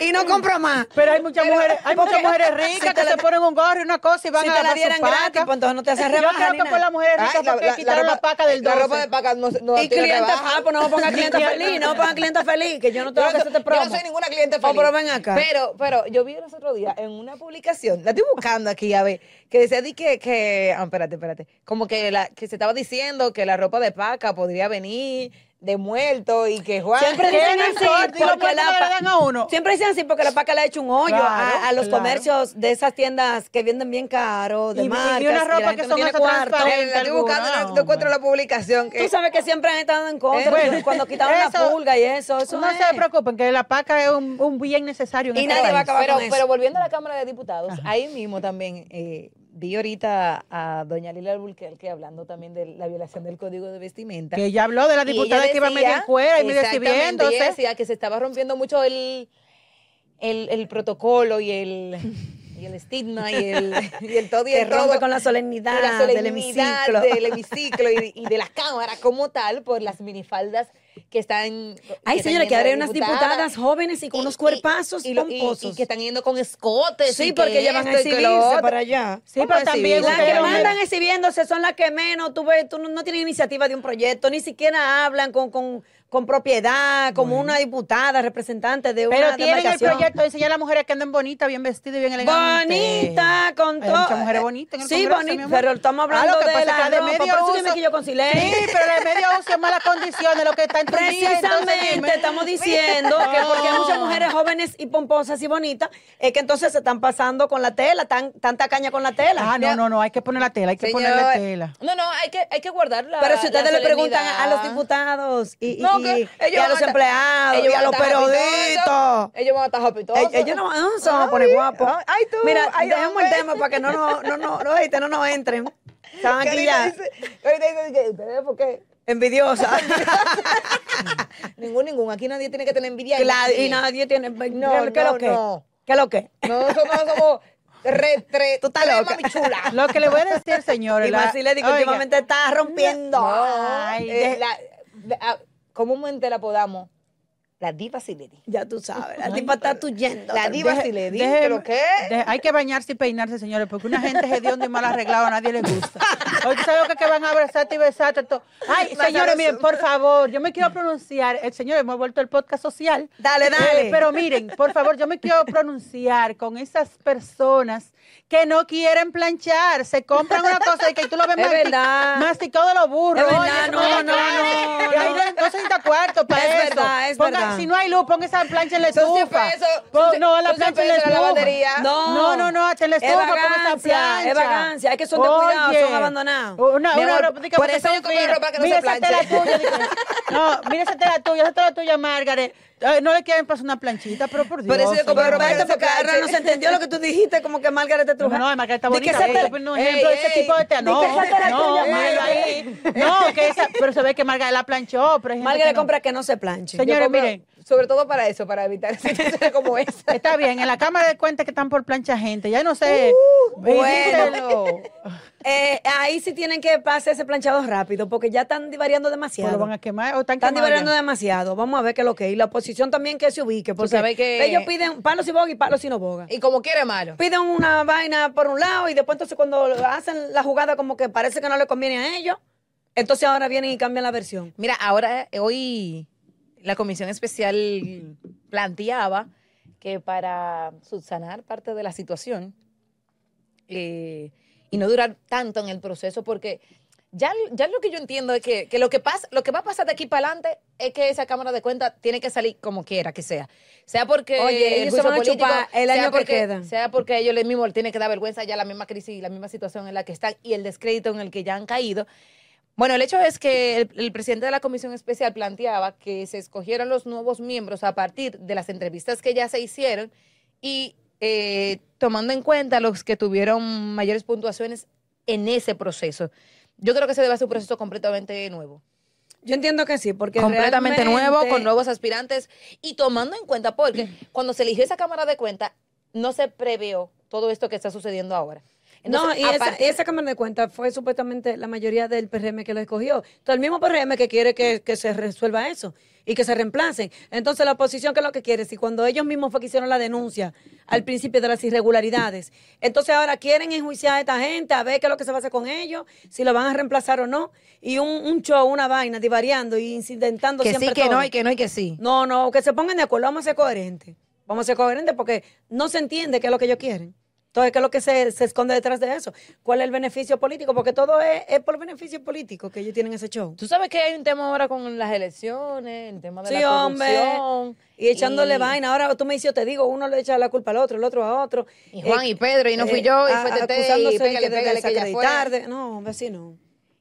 Speaker 2: Y no compro más.
Speaker 3: Pero hay muchas
Speaker 2: Pero,
Speaker 3: mujeres, hay muchas
Speaker 2: porque-
Speaker 3: mujeres
Speaker 2: si
Speaker 3: ricas
Speaker 2: te
Speaker 3: que
Speaker 2: la-
Speaker 3: se ponen un gorro y una cosa y van
Speaker 2: si
Speaker 3: a
Speaker 2: te la
Speaker 3: agarrar
Speaker 2: dieran
Speaker 3: su paca.
Speaker 2: gratis, pues entonces no te hacen
Speaker 3: Yo
Speaker 2: rebaja
Speaker 3: creo
Speaker 2: ni
Speaker 3: que por las
Speaker 2: nada.
Speaker 3: mujeres
Speaker 1: Ay,
Speaker 3: ricas
Speaker 1: la,
Speaker 3: porque
Speaker 1: la- la
Speaker 3: quitaron la,
Speaker 1: ropa-
Speaker 3: paca del
Speaker 1: la
Speaker 3: 12.
Speaker 1: ropa de paca no, no
Speaker 2: Y
Speaker 1: tiene
Speaker 2: clienta,
Speaker 1: rebaja.
Speaker 2: ah, pues no pongan clienta
Speaker 3: Clienta-
Speaker 2: feliz, no pongan clienta feliz, que yo no
Speaker 1: Yo
Speaker 2: tengo que
Speaker 1: no,
Speaker 2: hacerte
Speaker 1: yo
Speaker 2: promo.
Speaker 1: no soy ninguna cliente
Speaker 2: Oh,
Speaker 1: feliz.
Speaker 2: pero ven acá.
Speaker 1: Pero, pero yo vi los otros días en una publicación, la estoy buscando aquí, a ver, que decía di que, que ah, espérate, espérate, como que, la, que se estaba diciendo que la ropa de paca podría venir de muerto y que Juan...
Speaker 2: Siempre
Speaker 1: que-
Speaker 2: dicen
Speaker 3: no
Speaker 2: así
Speaker 3: importa, y lo
Speaker 2: porque
Speaker 3: muerto
Speaker 2: la
Speaker 3: que le
Speaker 2: pa-
Speaker 3: dan a uno.
Speaker 2: Siempre dicen así porque la paca le ha hecho un hoyo
Speaker 3: Claro,
Speaker 2: a, a los
Speaker 3: claro.
Speaker 2: comercios de esas tiendas que venden bien caro, de
Speaker 3: Y- y- y una
Speaker 2: marcas, la
Speaker 3: ropa
Speaker 2: gente
Speaker 3: que
Speaker 2: no
Speaker 3: son
Speaker 2: tiene
Speaker 3: hasta
Speaker 2: cuarto.
Speaker 3: transparente.
Speaker 1: Eh, la estoy buscando, no, no encuentro la publicación. Que,
Speaker 2: Tú sabes que siempre han estado en contra
Speaker 3: Eh, bueno,
Speaker 2: cuando quitaron la
Speaker 3: eso-
Speaker 2: pulga y eso. eso
Speaker 3: no
Speaker 2: es.
Speaker 3: se preocupen, que la paca es un, un bien necesario. En
Speaker 2: Y
Speaker 3: este
Speaker 2: nadie va a
Speaker 3: país.
Speaker 2: acabar
Speaker 1: pero,
Speaker 2: con eso.
Speaker 1: pero volviendo a la Cámara de Diputados, ahí mismo también eh, vi ahorita a doña Lila Alburquerque hablando también de la violación del código de vestimenta.
Speaker 3: Que ella habló de la
Speaker 1: Y
Speaker 3: diputada
Speaker 1: ella
Speaker 3: que iba
Speaker 1: decía-
Speaker 3: media cuera y media
Speaker 1: Exactamente, y ella
Speaker 3: exhibiéndose.
Speaker 1: decía que se estaba rompiendo mucho el, el, el protocolo y el, y el estigma y el, y el todo y
Speaker 2: que
Speaker 1: el todo.
Speaker 2: rompe con la
Speaker 1: y
Speaker 2: solemnidad,
Speaker 1: la
Speaker 2: del
Speaker 1: solemnidad
Speaker 2: hemiciclo.
Speaker 1: del hemiciclo y, y de la Cámara como tal por las minifaldas que están...
Speaker 2: Ay,
Speaker 1: están
Speaker 2: señora, que
Speaker 1: yendo
Speaker 2: habrá
Speaker 1: las
Speaker 2: unas diputadas jóvenes y con unos cuerpazos
Speaker 1: y, lo- y-
Speaker 2: pomposos.
Speaker 1: y que están yendo con escotes.
Speaker 2: sí,
Speaker 1: y
Speaker 2: porque
Speaker 1: que
Speaker 2: ellas van a
Speaker 1: esto y que lo
Speaker 2: exhibirse
Speaker 1: otro.
Speaker 2: para allá.
Speaker 3: Sí,
Speaker 1: ¿Cómo
Speaker 3: pero también
Speaker 1: exhibirse?
Speaker 2: Las
Speaker 3: ustedes
Speaker 2: que
Speaker 3: no me-
Speaker 2: mandan exhibiéndose son las que menos, tú ves, tú no, no tienes iniciativa de un proyecto, ni siquiera hablan con, con, con propiedad, como una diputada, representante de una
Speaker 3: Pero tienen el
Speaker 2: demarcación.
Speaker 3: proyecto de enseñar a las mujeres que andan bonitas, bien vestidas y bien elegantes.
Speaker 2: Bonita, con
Speaker 3: Hay
Speaker 2: todo.
Speaker 3: muchas mujeres bonitas en el
Speaker 2: Sí,
Speaker 3: Congreso, mi
Speaker 2: bonita,
Speaker 3: amor.
Speaker 2: pero estamos
Speaker 3: Ah, lo
Speaker 2: hablando
Speaker 3: que
Speaker 2: de
Speaker 3: pasa es que
Speaker 2: la
Speaker 3: de
Speaker 2: ropa, por
Speaker 3: medio
Speaker 2: eso dime
Speaker 3: uso-
Speaker 2: que yo concilé.
Speaker 3: Sí, pero la de medio uso es malas condiciones, lo que está en tu día, entonces
Speaker 2: Precisamente
Speaker 3: dime.
Speaker 2: estamos diciendo que porque hay muchas mujeres jóvenes y pomposas y bonitas, es que entonces se están pasando con la tela, tan, tanta caña con la tela.
Speaker 3: Ah, no, no, no, hay que poner la tela, hay que
Speaker 1: Señor,
Speaker 3: ponerle tela.
Speaker 1: No, no, hay que, hay que guardar la
Speaker 2: Pero si ustedes
Speaker 1: la
Speaker 2: le preguntan
Speaker 1: solemnidad.
Speaker 2: a los diputados y, y-
Speaker 1: No,
Speaker 2: y-
Speaker 1: que
Speaker 2: y
Speaker 1: ellos
Speaker 2: a
Speaker 1: van
Speaker 2: los
Speaker 1: estar-
Speaker 2: empleados y
Speaker 1: ellos
Speaker 2: a
Speaker 1: van
Speaker 2: los
Speaker 1: estar jopitosos,
Speaker 2: periodistas,
Speaker 1: Ellos van a estar
Speaker 2: ell-
Speaker 1: jopitosos.
Speaker 2: ellos no, van- no se van a poner
Speaker 1: Ay,
Speaker 2: guapos.
Speaker 1: ay, tú,
Speaker 2: Mira,
Speaker 1: ay,
Speaker 2: dejemos el
Speaker 1: hombre.
Speaker 2: tema para que no nos no, no, no, oíste, no nos entren. Estaban
Speaker 1: Que
Speaker 2: aquí
Speaker 1: ahorita
Speaker 2: ya
Speaker 1: dice- que ahorita dice que ustedes, ¿por qué?
Speaker 2: envidiosas.
Speaker 1: Ningún, ningún. Aquí nadie tiene que tener envidia. a
Speaker 2: Claro,
Speaker 1: nadie.
Speaker 2: y nadie tiene.
Speaker 1: No,
Speaker 2: ¿Qué es
Speaker 1: no,
Speaker 2: lo que?
Speaker 1: no.
Speaker 2: ¿Qué es lo que?
Speaker 1: Nosotros no somos re, tre,
Speaker 2: Tú estás
Speaker 1: tres
Speaker 2: loca.
Speaker 1: mamichulas.
Speaker 3: Lo que le voy a decir, señores.
Speaker 2: Y pues
Speaker 3: la-
Speaker 2: Marcela dijo,
Speaker 3: oiga,
Speaker 2: últimamente está rompiendo.
Speaker 1: No,
Speaker 3: Ay,
Speaker 1: eh,
Speaker 3: de-
Speaker 1: la- de- ah, comúnmente la apodamos la diva Siledi.
Speaker 2: Ya tú sabes, la tipa está tuyendo.
Speaker 1: La diva
Speaker 3: deje-
Speaker 1: Siledi,
Speaker 3: deje-
Speaker 1: ¿pero qué?
Speaker 3: deje- hay que bañarse y peinarse, señores, porque una gente es hedionda y mal arreglada, a nadie le gusta. Hoy tú sabes lo que, que van a abrazarte y besarte. todo. Ay,
Speaker 1: Más
Speaker 3: señores, miren,
Speaker 1: sabroso.
Speaker 3: por favor, yo me quiero pronunciar. El señor, hemos vuelto el podcast social.
Speaker 2: Dale, dale.
Speaker 3: Eh, pero miren, por favor, yo me quiero pronunciar con esas personas que no quieren planchar, se compran una cosa y que tú lo ves
Speaker 2: Es
Speaker 3: mastic-
Speaker 2: verdad.
Speaker 3: masticado de los burros.
Speaker 2: Es
Speaker 3: Oye,
Speaker 2: verdad,
Speaker 3: eso
Speaker 2: no,
Speaker 3: es
Speaker 2: no,
Speaker 3: claro.
Speaker 2: no,
Speaker 3: Y ahí
Speaker 2: no.
Speaker 3: no- no se necesita cuarto para
Speaker 2: Es
Speaker 3: eso.
Speaker 2: verdad, es
Speaker 3: Ponga-
Speaker 2: verdad.
Speaker 3: Si no hay luz, ponga esa plancha en la
Speaker 1: Son cien
Speaker 3: estufa.
Speaker 1: pesos,
Speaker 3: Pon-
Speaker 1: son cien-
Speaker 3: no, la
Speaker 1: son cien
Speaker 3: plancha en la
Speaker 1: pesos la
Speaker 3: estufa.
Speaker 1: lavandería.
Speaker 3: No, no, no, hasta en la
Speaker 2: Es
Speaker 3: estufa ponga esa
Speaker 2: vagancia,
Speaker 3: plancha.
Speaker 2: es vagancia, es que son descuidados,
Speaker 3: Oye,
Speaker 2: son abandonados.
Speaker 3: Una,
Speaker 1: Mi
Speaker 3: una
Speaker 1: amor,
Speaker 3: ropa, diga,
Speaker 1: por
Speaker 3: porque
Speaker 1: eso
Speaker 3: son
Speaker 1: yo compro
Speaker 3: finas.
Speaker 1: ropa que no
Speaker 3: Mira
Speaker 1: se
Speaker 3: esa tela
Speaker 1: planche.
Speaker 3: tuya, diga, No, mira, esa tela tuya, esa tela tuya, Margaret. Ay, No le quieren pasar una planchita, pero por Dios.
Speaker 1: Por eso yo
Speaker 3: señor.
Speaker 1: como
Speaker 2: Pero
Speaker 1: Margarita
Speaker 2: Roberto, porque
Speaker 1: Sacarte.
Speaker 2: ahora no se entendió lo que tú dijiste, como que Margaret te
Speaker 3: No,
Speaker 2: truja.
Speaker 3: no, Margarita está
Speaker 2: Di que
Speaker 3: bonita.
Speaker 2: esa
Speaker 3: ey,
Speaker 2: tela-
Speaker 3: estoy poniendo un
Speaker 1: ey,
Speaker 3: ejemplo de ese
Speaker 1: ey,
Speaker 3: tipo de tela.
Speaker 1: di
Speaker 3: No,
Speaker 1: que esa tela
Speaker 3: no,
Speaker 1: tuya,
Speaker 3: malo ahí. No, que esa, pero se ve que Margaret la planchó. Pero hay gente
Speaker 2: Margaret
Speaker 3: que no.
Speaker 2: compra que no se planche.
Speaker 3: Señor-
Speaker 1: Yo
Speaker 3: Señores,
Speaker 1: compro-
Speaker 3: miren.
Speaker 1: Sobre todo para eso, para evitar situaciones como esa.
Speaker 3: Está bien, en la cámara de cuentas que están por plancha gente. Ya no sé.
Speaker 1: Uh,
Speaker 2: bueno.
Speaker 3: Díselo.
Speaker 2: Eh, ahí sí tienen que pasar ese planchado rápido, porque ya están divariando
Speaker 1: Pues
Speaker 2: demasiado.
Speaker 3: Pero van a quemar o están,
Speaker 2: Están
Speaker 3: quemados
Speaker 2: divariando
Speaker 3: ya.
Speaker 2: demasiado. Vamos a ver qué es lo que es. Y la oposición también que se ubique. Porque
Speaker 1: sabes que-
Speaker 2: ellos piden palos y boga y palos y no boga.
Speaker 1: Y como quiere malo.
Speaker 2: Piden una vaina por un lado y después entonces cuando hacen la jugada como que parece que no le conviene a ellos, entonces ahora vienen y cambian la versión.
Speaker 1: Mira, ahora, eh, hoy la comisión especial planteaba que para subsanar parte de la situación eh, y no durar tanto en el proceso, porque ya, ya lo que yo entiendo es que, que lo que pasa, lo que va a pasar de aquí para adelante es que esa Cámara de Cuentas tiene que salir como quiera que sea. Sea porque
Speaker 2: Oye,
Speaker 1: el
Speaker 2: ellos se
Speaker 1: juicio
Speaker 2: van a
Speaker 1: político,
Speaker 2: chupar el año
Speaker 1: sea
Speaker 2: que
Speaker 1: porque,
Speaker 2: queda.
Speaker 1: Sea porque a ellos les mismos les tiene que dar vergüenza ya la misma crisis y la misma situación en la que están y el descrédito en el que ya han caído. Bueno, el hecho es que el, el presidente de la comisión especial planteaba que se escogieran los nuevos miembros a partir de las entrevistas que ya se hicieron y eh, tomando en cuenta los que tuvieron mayores puntuaciones en ese proceso. Yo creo que se debe hacer un proceso completamente nuevo.
Speaker 2: Yo entiendo que sí, porque
Speaker 1: Completamente nuevo,
Speaker 2: realmente-
Speaker 1: con nuevos aspirantes y tomando en cuenta, porque cuando se eligió esa Cámara de Cuentas, no se previó todo esto que está sucediendo ahora.
Speaker 2: no,
Speaker 1: Entonces,
Speaker 2: y
Speaker 1: a
Speaker 2: esa,
Speaker 1: partir-
Speaker 2: esa Cámara de Cuentas fue supuestamente la mayoría del PRM que lo escogió. Entonces, el mismo PRM que quiere que, que se resuelva eso y que se reemplacen. Entonces, la oposición, que es lo que quiere? Si cuando ellos mismos fue que hicieron la denuncia al principio de las irregularidades, entonces ahora quieren enjuiciar a esta gente, a ver qué es lo que se va a hacer con ellos, si lo van a reemplazar o no. Y un, un show, una vaina, divariando y incidentando
Speaker 1: que
Speaker 2: siempre
Speaker 1: sí, que
Speaker 2: todo.
Speaker 1: no, y que no, y que sí.
Speaker 2: No, no, que se pongan de acuerdo, vamos a ser coherentes. Vamos a ser coherentes porque no se entiende qué es lo que ellos quieren. Entonces, ¿qué es lo que se, se esconde detrás de eso? ¿Cuál es el beneficio político? Porque todo es, es por beneficio político que ellos tienen ese show.
Speaker 1: Tú sabes que hay un tema ahora con las elecciones, el tema de
Speaker 2: Sí,
Speaker 1: la
Speaker 2: hombre.
Speaker 1: corrupción.
Speaker 2: Y echándole
Speaker 1: y-
Speaker 2: vaina. Ahora tú me dices, yo te digo, uno le echa la culpa al otro, el otro a otro. Eh,
Speaker 1: Y Juan y Pedro, y no fui yo, y
Speaker 2: a-
Speaker 1: fue Tete, y
Speaker 2: acusándose de
Speaker 1: pégale,
Speaker 2: que de
Speaker 1: pégale, que ya fue.
Speaker 2: desacreditar, de- No, hombre, así no.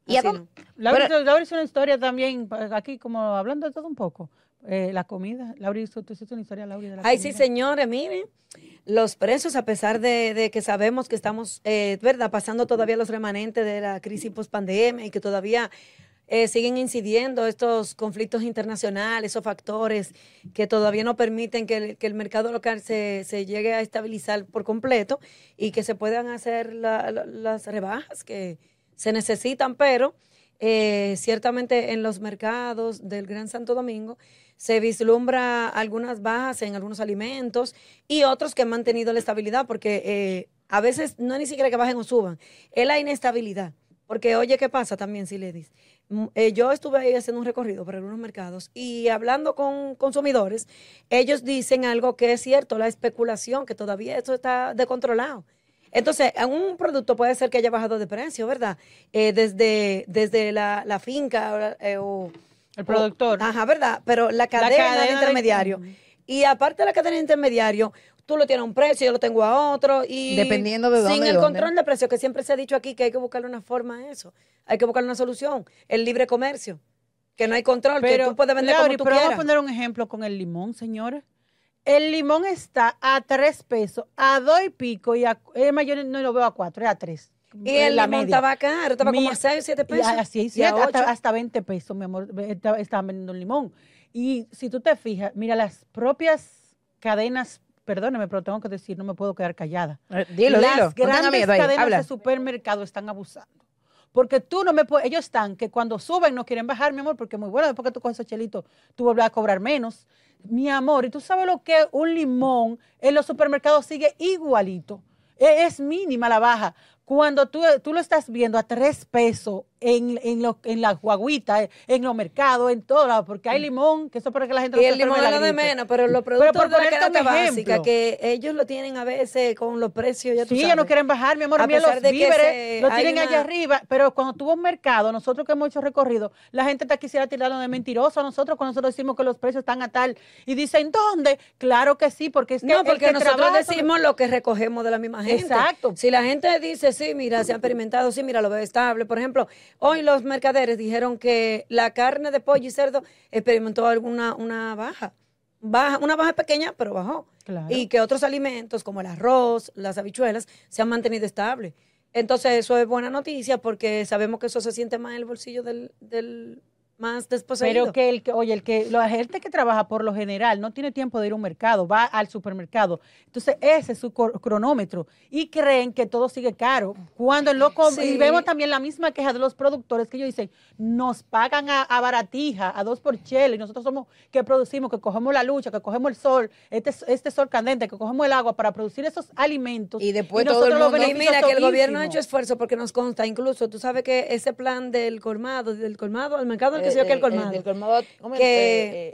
Speaker 1: Y a
Speaker 2: Así
Speaker 1: pom-
Speaker 2: no.
Speaker 3: Laura,
Speaker 1: Pero-
Speaker 3: hizo- Laura hizo una historia también, pa- aquí como hablando de todo un poco. Eh, la comida, Laura hizo, tú hiciste una historia, Laura, de la
Speaker 2: Ay, sí,
Speaker 3: comida.
Speaker 2: señores, miren, los presos, a pesar de, de que sabemos que estamos, eh, ¿verdad?, pasando todavía los remanentes de la crisis post-pandemia y que todavía eh, siguen incidiendo estos conflictos internacionales o factores que todavía no permiten que el, que el mercado local se, se llegue a estabilizar por completo y que se puedan hacer la- la- las rebajas que se necesitan, pero eh, ciertamente en los mercados del Gran Santo Domingo se vislumbra algunas bajas en algunos alimentos y otros que han mantenido la estabilidad, porque eh, a veces no es ni siquiera que bajen o suban, es la inestabilidad. Porque oye, ¿qué pasa también, si le dices? yo estuve ahí haciendo un recorrido por algunos mercados y hablando con consumidores, ellos dicen algo que es cierto, la especulación, que todavía esto está descontrolado. Entonces, a un producto puede ser que haya bajado de precio, ¿verdad? Eh, desde, desde la, la finca eh, o...
Speaker 3: El productor.
Speaker 2: Ajá, ¿verdad? Pero la cadena, de
Speaker 3: cadena de-
Speaker 2: intermediario. Y aparte de la cadena de intermediario, tú lo tienes a un precio, yo lo tengo a otro. y
Speaker 1: Dependiendo de
Speaker 2: Sin
Speaker 1: dónde y
Speaker 2: el
Speaker 1: dónde.
Speaker 2: control de precios, que siempre se ha dicho aquí que hay que buscarle una forma a eso. Hay que buscar una solución. El libre comercio. Que no hay control, que tú puedes vender
Speaker 3: Laura,
Speaker 2: como tú
Speaker 3: pero
Speaker 2: quieras.
Speaker 3: vamos a poner un ejemplo con el limón, señores. El limón está a tres pesos, a dos y pico, y a, eh, ma, yo no lo veo a cuatro, es a tres.
Speaker 2: Y el
Speaker 3: La
Speaker 2: limón
Speaker 3: media.
Speaker 2: estaba caro, estaba como
Speaker 3: Mía.
Speaker 2: a 6 o 7
Speaker 3: Y
Speaker 2: pesos.
Speaker 3: a- así es,
Speaker 2: y a
Speaker 3: hasta-
Speaker 2: ocho.
Speaker 3: hasta, hasta 20 pesos, mi amor, ve- esta- estaban vendiendo un limón. Y si tú te fijas, mira, las propias cadenas, perdóname, pero tengo que decir, no me puedo quedar callada.
Speaker 1: Eh, Dilo,
Speaker 3: las
Speaker 1: dilo. No tenga
Speaker 3: grandes
Speaker 1: miedo ahí,
Speaker 3: cadenas
Speaker 1: habla.
Speaker 3: de supermercado están abusando. Porque tú no me puedes, ellos están que cuando suben no quieren bajar, mi amor, porque muy bueno, después que tú coges esos chelitos, tú vuelves a cobrar menos. Mi amor, y tú sabes lo que es un limón en los supermercados sigue igualito. E- Es mínima la baja. Cuando tú, tú lo estás viendo a tres pesos en, en, lo- en la guaguita, eh, en los mercados, en todo lado, porque
Speaker 1: Mm.
Speaker 3: hay limón, que eso es para que la gente no
Speaker 2: Y
Speaker 3: se
Speaker 2: el
Speaker 3: enferme
Speaker 2: limón
Speaker 3: la
Speaker 2: es lo de
Speaker 3: gripe.
Speaker 2: menos, pero los
Speaker 3: Pero por
Speaker 2: productos de la
Speaker 3: ponerte un
Speaker 2: canasta básica,
Speaker 3: ejemplo.
Speaker 2: que ellos lo tienen a veces con los precios, ya tú
Speaker 3: Sí,
Speaker 2: sabes.
Speaker 3: ellos no quieren bajar, mi amor.
Speaker 2: A
Speaker 3: Mira,
Speaker 2: pesar
Speaker 3: los
Speaker 2: de que
Speaker 3: víveres
Speaker 2: se-
Speaker 3: lo
Speaker 2: hay
Speaker 3: tienen allá
Speaker 2: una-
Speaker 3: arriba. Pero cuando tuvo un mercado, nosotros que hemos hecho recorrido, la gente te quisiera tirarnos de mentiroso a nosotros cuando nosotros decimos que los precios están a tal. Y dicen, ¿dónde? Claro que sí, porque es que.
Speaker 2: No,
Speaker 3: el
Speaker 2: porque
Speaker 3: que
Speaker 2: nosotros
Speaker 3: trabaja-
Speaker 2: decimos lo que recogemos de la misma gente.
Speaker 3: Exacto.
Speaker 2: Si la gente dice, sí, mira, se ha experimentado, sí, mira, lo veo estable. Por ejemplo, Hoy los mercaderes dijeron que la carne de pollo y cerdo experimentó alguna una baja. baja una baja pequeña, pero bajó.
Speaker 3: Claro.
Speaker 2: Y que otros alimentos como el arroz, las habichuelas, se han mantenido estables. Entonces, eso es buena noticia porque sabemos que eso se siente más en el bolsillo del, del más desposeído.
Speaker 3: Pero que el que, oye, el que la gente que trabaja por lo general no tiene tiempo de ir a un mercado, va al supermercado. Entonces, ese es su cor- cronómetro y creen que todo sigue caro. Cuando lo com- y
Speaker 2: Sí.
Speaker 3: vemos también la misma queja de los productores que ellos dicen, nos pagan a, a baratija, a dos por chela, y nosotros somos que producimos, que cogemos la lucha, que cogemos el sol, este, este sol candente, que cogemos el agua para producir esos alimentos.
Speaker 1: Y después todo
Speaker 3: nosotros
Speaker 1: el
Speaker 3: los
Speaker 1: mundo-
Speaker 2: Y
Speaker 3: beneficios
Speaker 2: mira que el gobierno ha
Speaker 3: toquísimos.
Speaker 2: hecho esfuerzo porque nos consta, incluso tú sabes que ese plan del colmado, del colmado al mercado, el que sé yo que el colmado,
Speaker 1: El, Eh, colmado, ¿cómo es?
Speaker 2: Que-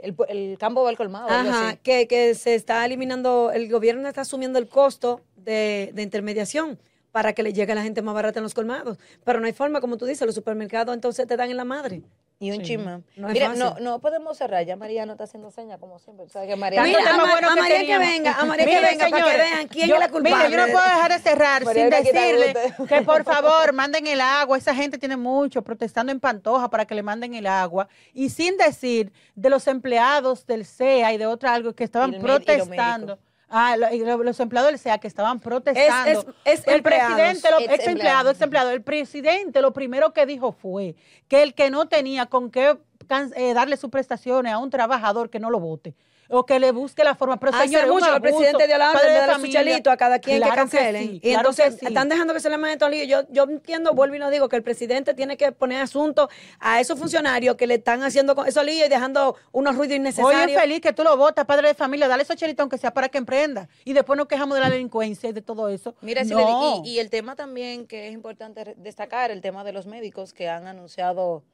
Speaker 1: Eh, el, el campo va al colmado. algo
Speaker 2: Ajá,
Speaker 1: así.
Speaker 2: que, que se está eliminando, el gobierno está asumiendo el costo de, de intermediación para que le llegue a la gente más barata en los colmados. Pero no hay forma, como tú dices, los supermercados entonces te dan en la madre.
Speaker 1: Y un
Speaker 3: Sí.
Speaker 1: chisme.
Speaker 2: No es
Speaker 1: Mira,
Speaker 2: fácil.
Speaker 1: no, no podemos cerrar. Ya María no está haciendo señas, como siempre. O sea, que María.
Speaker 3: Tanto
Speaker 2: Mira, a,
Speaker 3: tema
Speaker 2: Ma-
Speaker 3: bueno
Speaker 2: a
Speaker 3: que
Speaker 2: María que
Speaker 3: teníamos.
Speaker 2: venga, a María que
Speaker 3: Miren,
Speaker 2: venga, para que
Speaker 3: señores,
Speaker 2: vean quién
Speaker 3: yo-
Speaker 2: es la culpable.
Speaker 3: Mira, yo no puedo dejar de cerrar
Speaker 1: María,
Speaker 3: sin
Speaker 1: ahorita quita
Speaker 3: decirle
Speaker 1: gusto.
Speaker 3: que por favor manden el agua. Esa gente tiene mucho protestando en Pantoja para que le manden el agua. Y sin decir de los empleados del CEA y de otra algo que estaban
Speaker 1: Y el med- y los
Speaker 3: protestando. Ah, lo- y lo- los empleados del CEA que estaban protestando.
Speaker 2: Es- es- es
Speaker 3: el
Speaker 2: empleados.
Speaker 3: presidente, lo,
Speaker 1: Ex
Speaker 3: ex empleado, ex empleado. El presidente lo primero que dijo fue que el que no tenía con qué can- eh, darle sus prestaciones a un trabajador que no lo vote o que le busque la forma. Pero
Speaker 2: Hace
Speaker 3: señores, un
Speaker 2: mucho que Ah, el
Speaker 3: abuso,
Speaker 2: presidente dio la orden
Speaker 3: padre
Speaker 2: de
Speaker 3: de
Speaker 2: darle su
Speaker 3: familia.
Speaker 2: chelito a cada quien que
Speaker 3: Claro
Speaker 2: cancelen.
Speaker 3: sí,
Speaker 2: y
Speaker 3: claro
Speaker 2: entonces
Speaker 3: que sí.
Speaker 2: están dejando que se le manden todo el lío. Yo, yo entiendo, vuelvo y lo digo, que el presidente tiene que poner asunto a esos funcionarios que le están haciendo con esos líos y dejando unos ruidos
Speaker 3: Oye,
Speaker 2: innecesarios.
Speaker 3: feliz que tú lo votas, padre de familia, dale esos chelitos aunque sea para que emprenda. Y después nos quejamos de la delincuencia y de todo eso.
Speaker 1: Mira, si le-
Speaker 3: no.
Speaker 1: y, y el tema también que es importante re- destacar, el tema de los médicos que han anunciado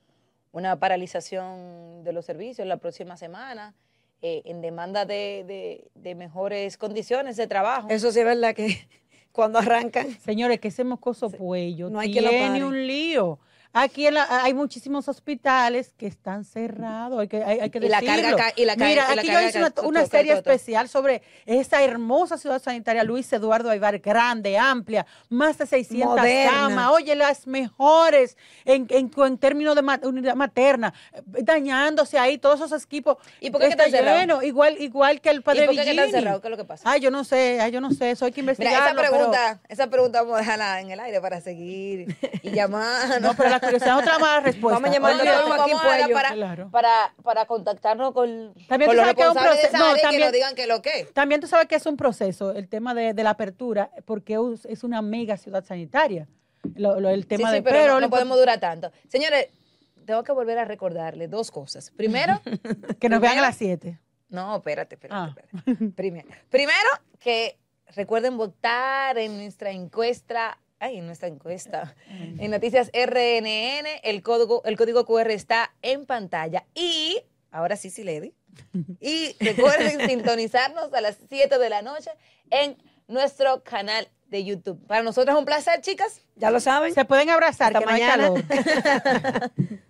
Speaker 1: una paralización de los servicios la próxima semana eh, en demanda de, de- de mejores condiciones de trabajo.
Speaker 2: Eso sí es verdad que cuando arrancan.
Speaker 3: Señores, que ese mocoso cuello
Speaker 2: no hay quien lo
Speaker 3: tiene
Speaker 2: pare.
Speaker 3: un lío. Aquí en la- hay muchísimos hospitales que están cerrados, hay que, hay, hay que
Speaker 1: Y la carga
Speaker 3: decirlo.
Speaker 1: ca- y la ca-
Speaker 3: Mira,
Speaker 1: y la
Speaker 3: aquí
Speaker 1: carga
Speaker 3: yo hice una,
Speaker 1: ca-
Speaker 3: una
Speaker 1: total,
Speaker 3: serie
Speaker 1: total.
Speaker 3: especial sobre esa hermosa ciudad sanitaria Luis Eduardo Aybar, grande, amplia, más de 600
Speaker 2: Moderna.
Speaker 3: camas, oye, las mejores en, en, en términos de ma- unidad materna, eh, dañándose ahí todos esos equipos.
Speaker 1: ¿Y por qué que
Speaker 3: Está
Speaker 1: están cerrados?
Speaker 3: lleno, igual, igual que el padre
Speaker 1: ¿Y por qué que están
Speaker 3: Villini.
Speaker 1: cerrados? ¿Qué es lo que pasa?
Speaker 3: Ay, yo no sé, ay, yo no sé, eso hay que
Speaker 1: Mira,
Speaker 3: investigar.
Speaker 1: esa pregunta, esa pregunta vamos a dejarla en el aire para seguir y llamar.
Speaker 3: No, pero la curiosidad es otra mala respuesta.
Speaker 2: Vamos a llamar
Speaker 3: Oye,
Speaker 2: a
Speaker 3: yo-
Speaker 2: Joaquín
Speaker 1: vamos a hablar
Speaker 2: Puello.
Speaker 1: para,
Speaker 3: Claro.
Speaker 1: para, para contactarnos con,
Speaker 3: También
Speaker 1: con
Speaker 3: tú
Speaker 1: los
Speaker 3: sabes que es un
Speaker 1: responsables de esa
Speaker 3: proceso- no,
Speaker 1: área y que
Speaker 3: también-
Speaker 1: nos digan que lo que.
Speaker 3: También tú sabes que es un proceso, el tema de, de la apertura, porque us- es una mega ciudad sanitaria. Lo- lo- el tema
Speaker 1: sí, sí,
Speaker 3: de
Speaker 1: pero, no,
Speaker 3: lo
Speaker 1: no podemos durar tanto. Señores, tengo que volver a recordarle dos cosas. Primero,
Speaker 3: impor- que nos vean a las 7.
Speaker 1: no, espérate, espérate,
Speaker 3: Ah.
Speaker 1: espérate. Primero, primero que recuerden votar en nuestra encuesta, ay, en nuestra encuesta, en Noticias RNN, el código, el código QR está en pantalla. Y, ahora sí, sí, Lady, y recuerden sintonizarnos a las 7 de la noche en nuestro canal de YouTube. Para nosotros es un placer, chicas.
Speaker 2: Ya lo saben.
Speaker 3: Se pueden abrazar,
Speaker 2: Hasta
Speaker 3: que no hay
Speaker 2: mañana.
Speaker 3: calor.